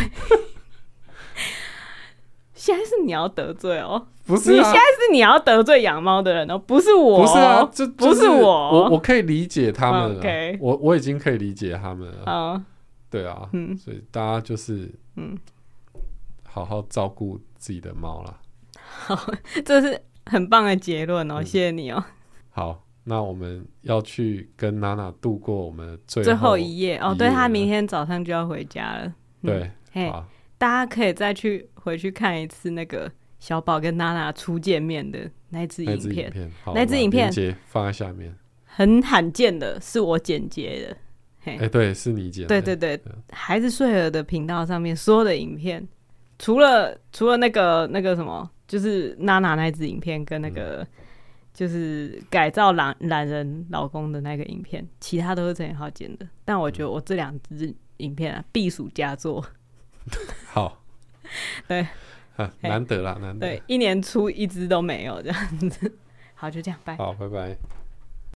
Speaker 1: 现在是你要得罪哦，
Speaker 2: 不
Speaker 1: 你
Speaker 2: 是
Speaker 1: 现
Speaker 2: 啊
Speaker 1: 在，是你要得罪养猫的人哦，不是我哦，
Speaker 2: 不是啊，这
Speaker 1: 不是我哦
Speaker 2: 我我可以理解他们了
Speaker 1: OK
Speaker 2: 我我已经可以理解他们了，
Speaker 1: 嗯，
Speaker 2: 对啊，
Speaker 1: 嗯
Speaker 2: 所以大家就是
Speaker 1: 嗯
Speaker 2: 好好照顾自己的猫啦。
Speaker 1: 这是很棒的结论哦，
Speaker 2: 嗯
Speaker 1: 谢谢你哦。
Speaker 2: 好，那我们要去跟娜娜度过我们最
Speaker 1: 最
Speaker 2: 后
Speaker 1: 后一页哦，
Speaker 2: 一
Speaker 1: 对
Speaker 2: 页
Speaker 1: 他
Speaker 2: 了
Speaker 1: 明天早上就要回家了，
Speaker 2: 对，
Speaker 1: 嘿，
Speaker 2: 好，
Speaker 1: 大家可以再去回去看一次那个小宝跟娜娜初见面的那支
Speaker 2: 那
Speaker 1: 影
Speaker 2: 支
Speaker 1: 片
Speaker 2: 影，片，好
Speaker 1: 那支影片
Speaker 2: 我把链接放在下面。
Speaker 1: 很罕见的，是我剪接的。嘿，
Speaker 2: 哎，对，是你剪的，
Speaker 1: 对对对，孩子睡儿的频道上面所有的影片，除了除了那个那个什么，就是娜娜那支影片跟那个、就是改造懒懒人老公的那个影片，其他都是陈彦浩剪的。但我觉得我这两支影片啊，必属佳作。
Speaker 2: 好，
Speaker 1: 对
Speaker 2: 啊，
Speaker 1: 嘿 嗯
Speaker 2: 难得啦，难得，
Speaker 1: 对，一年出一支都没有这样子。好，就这样，拜。
Speaker 2: 好，拜拜。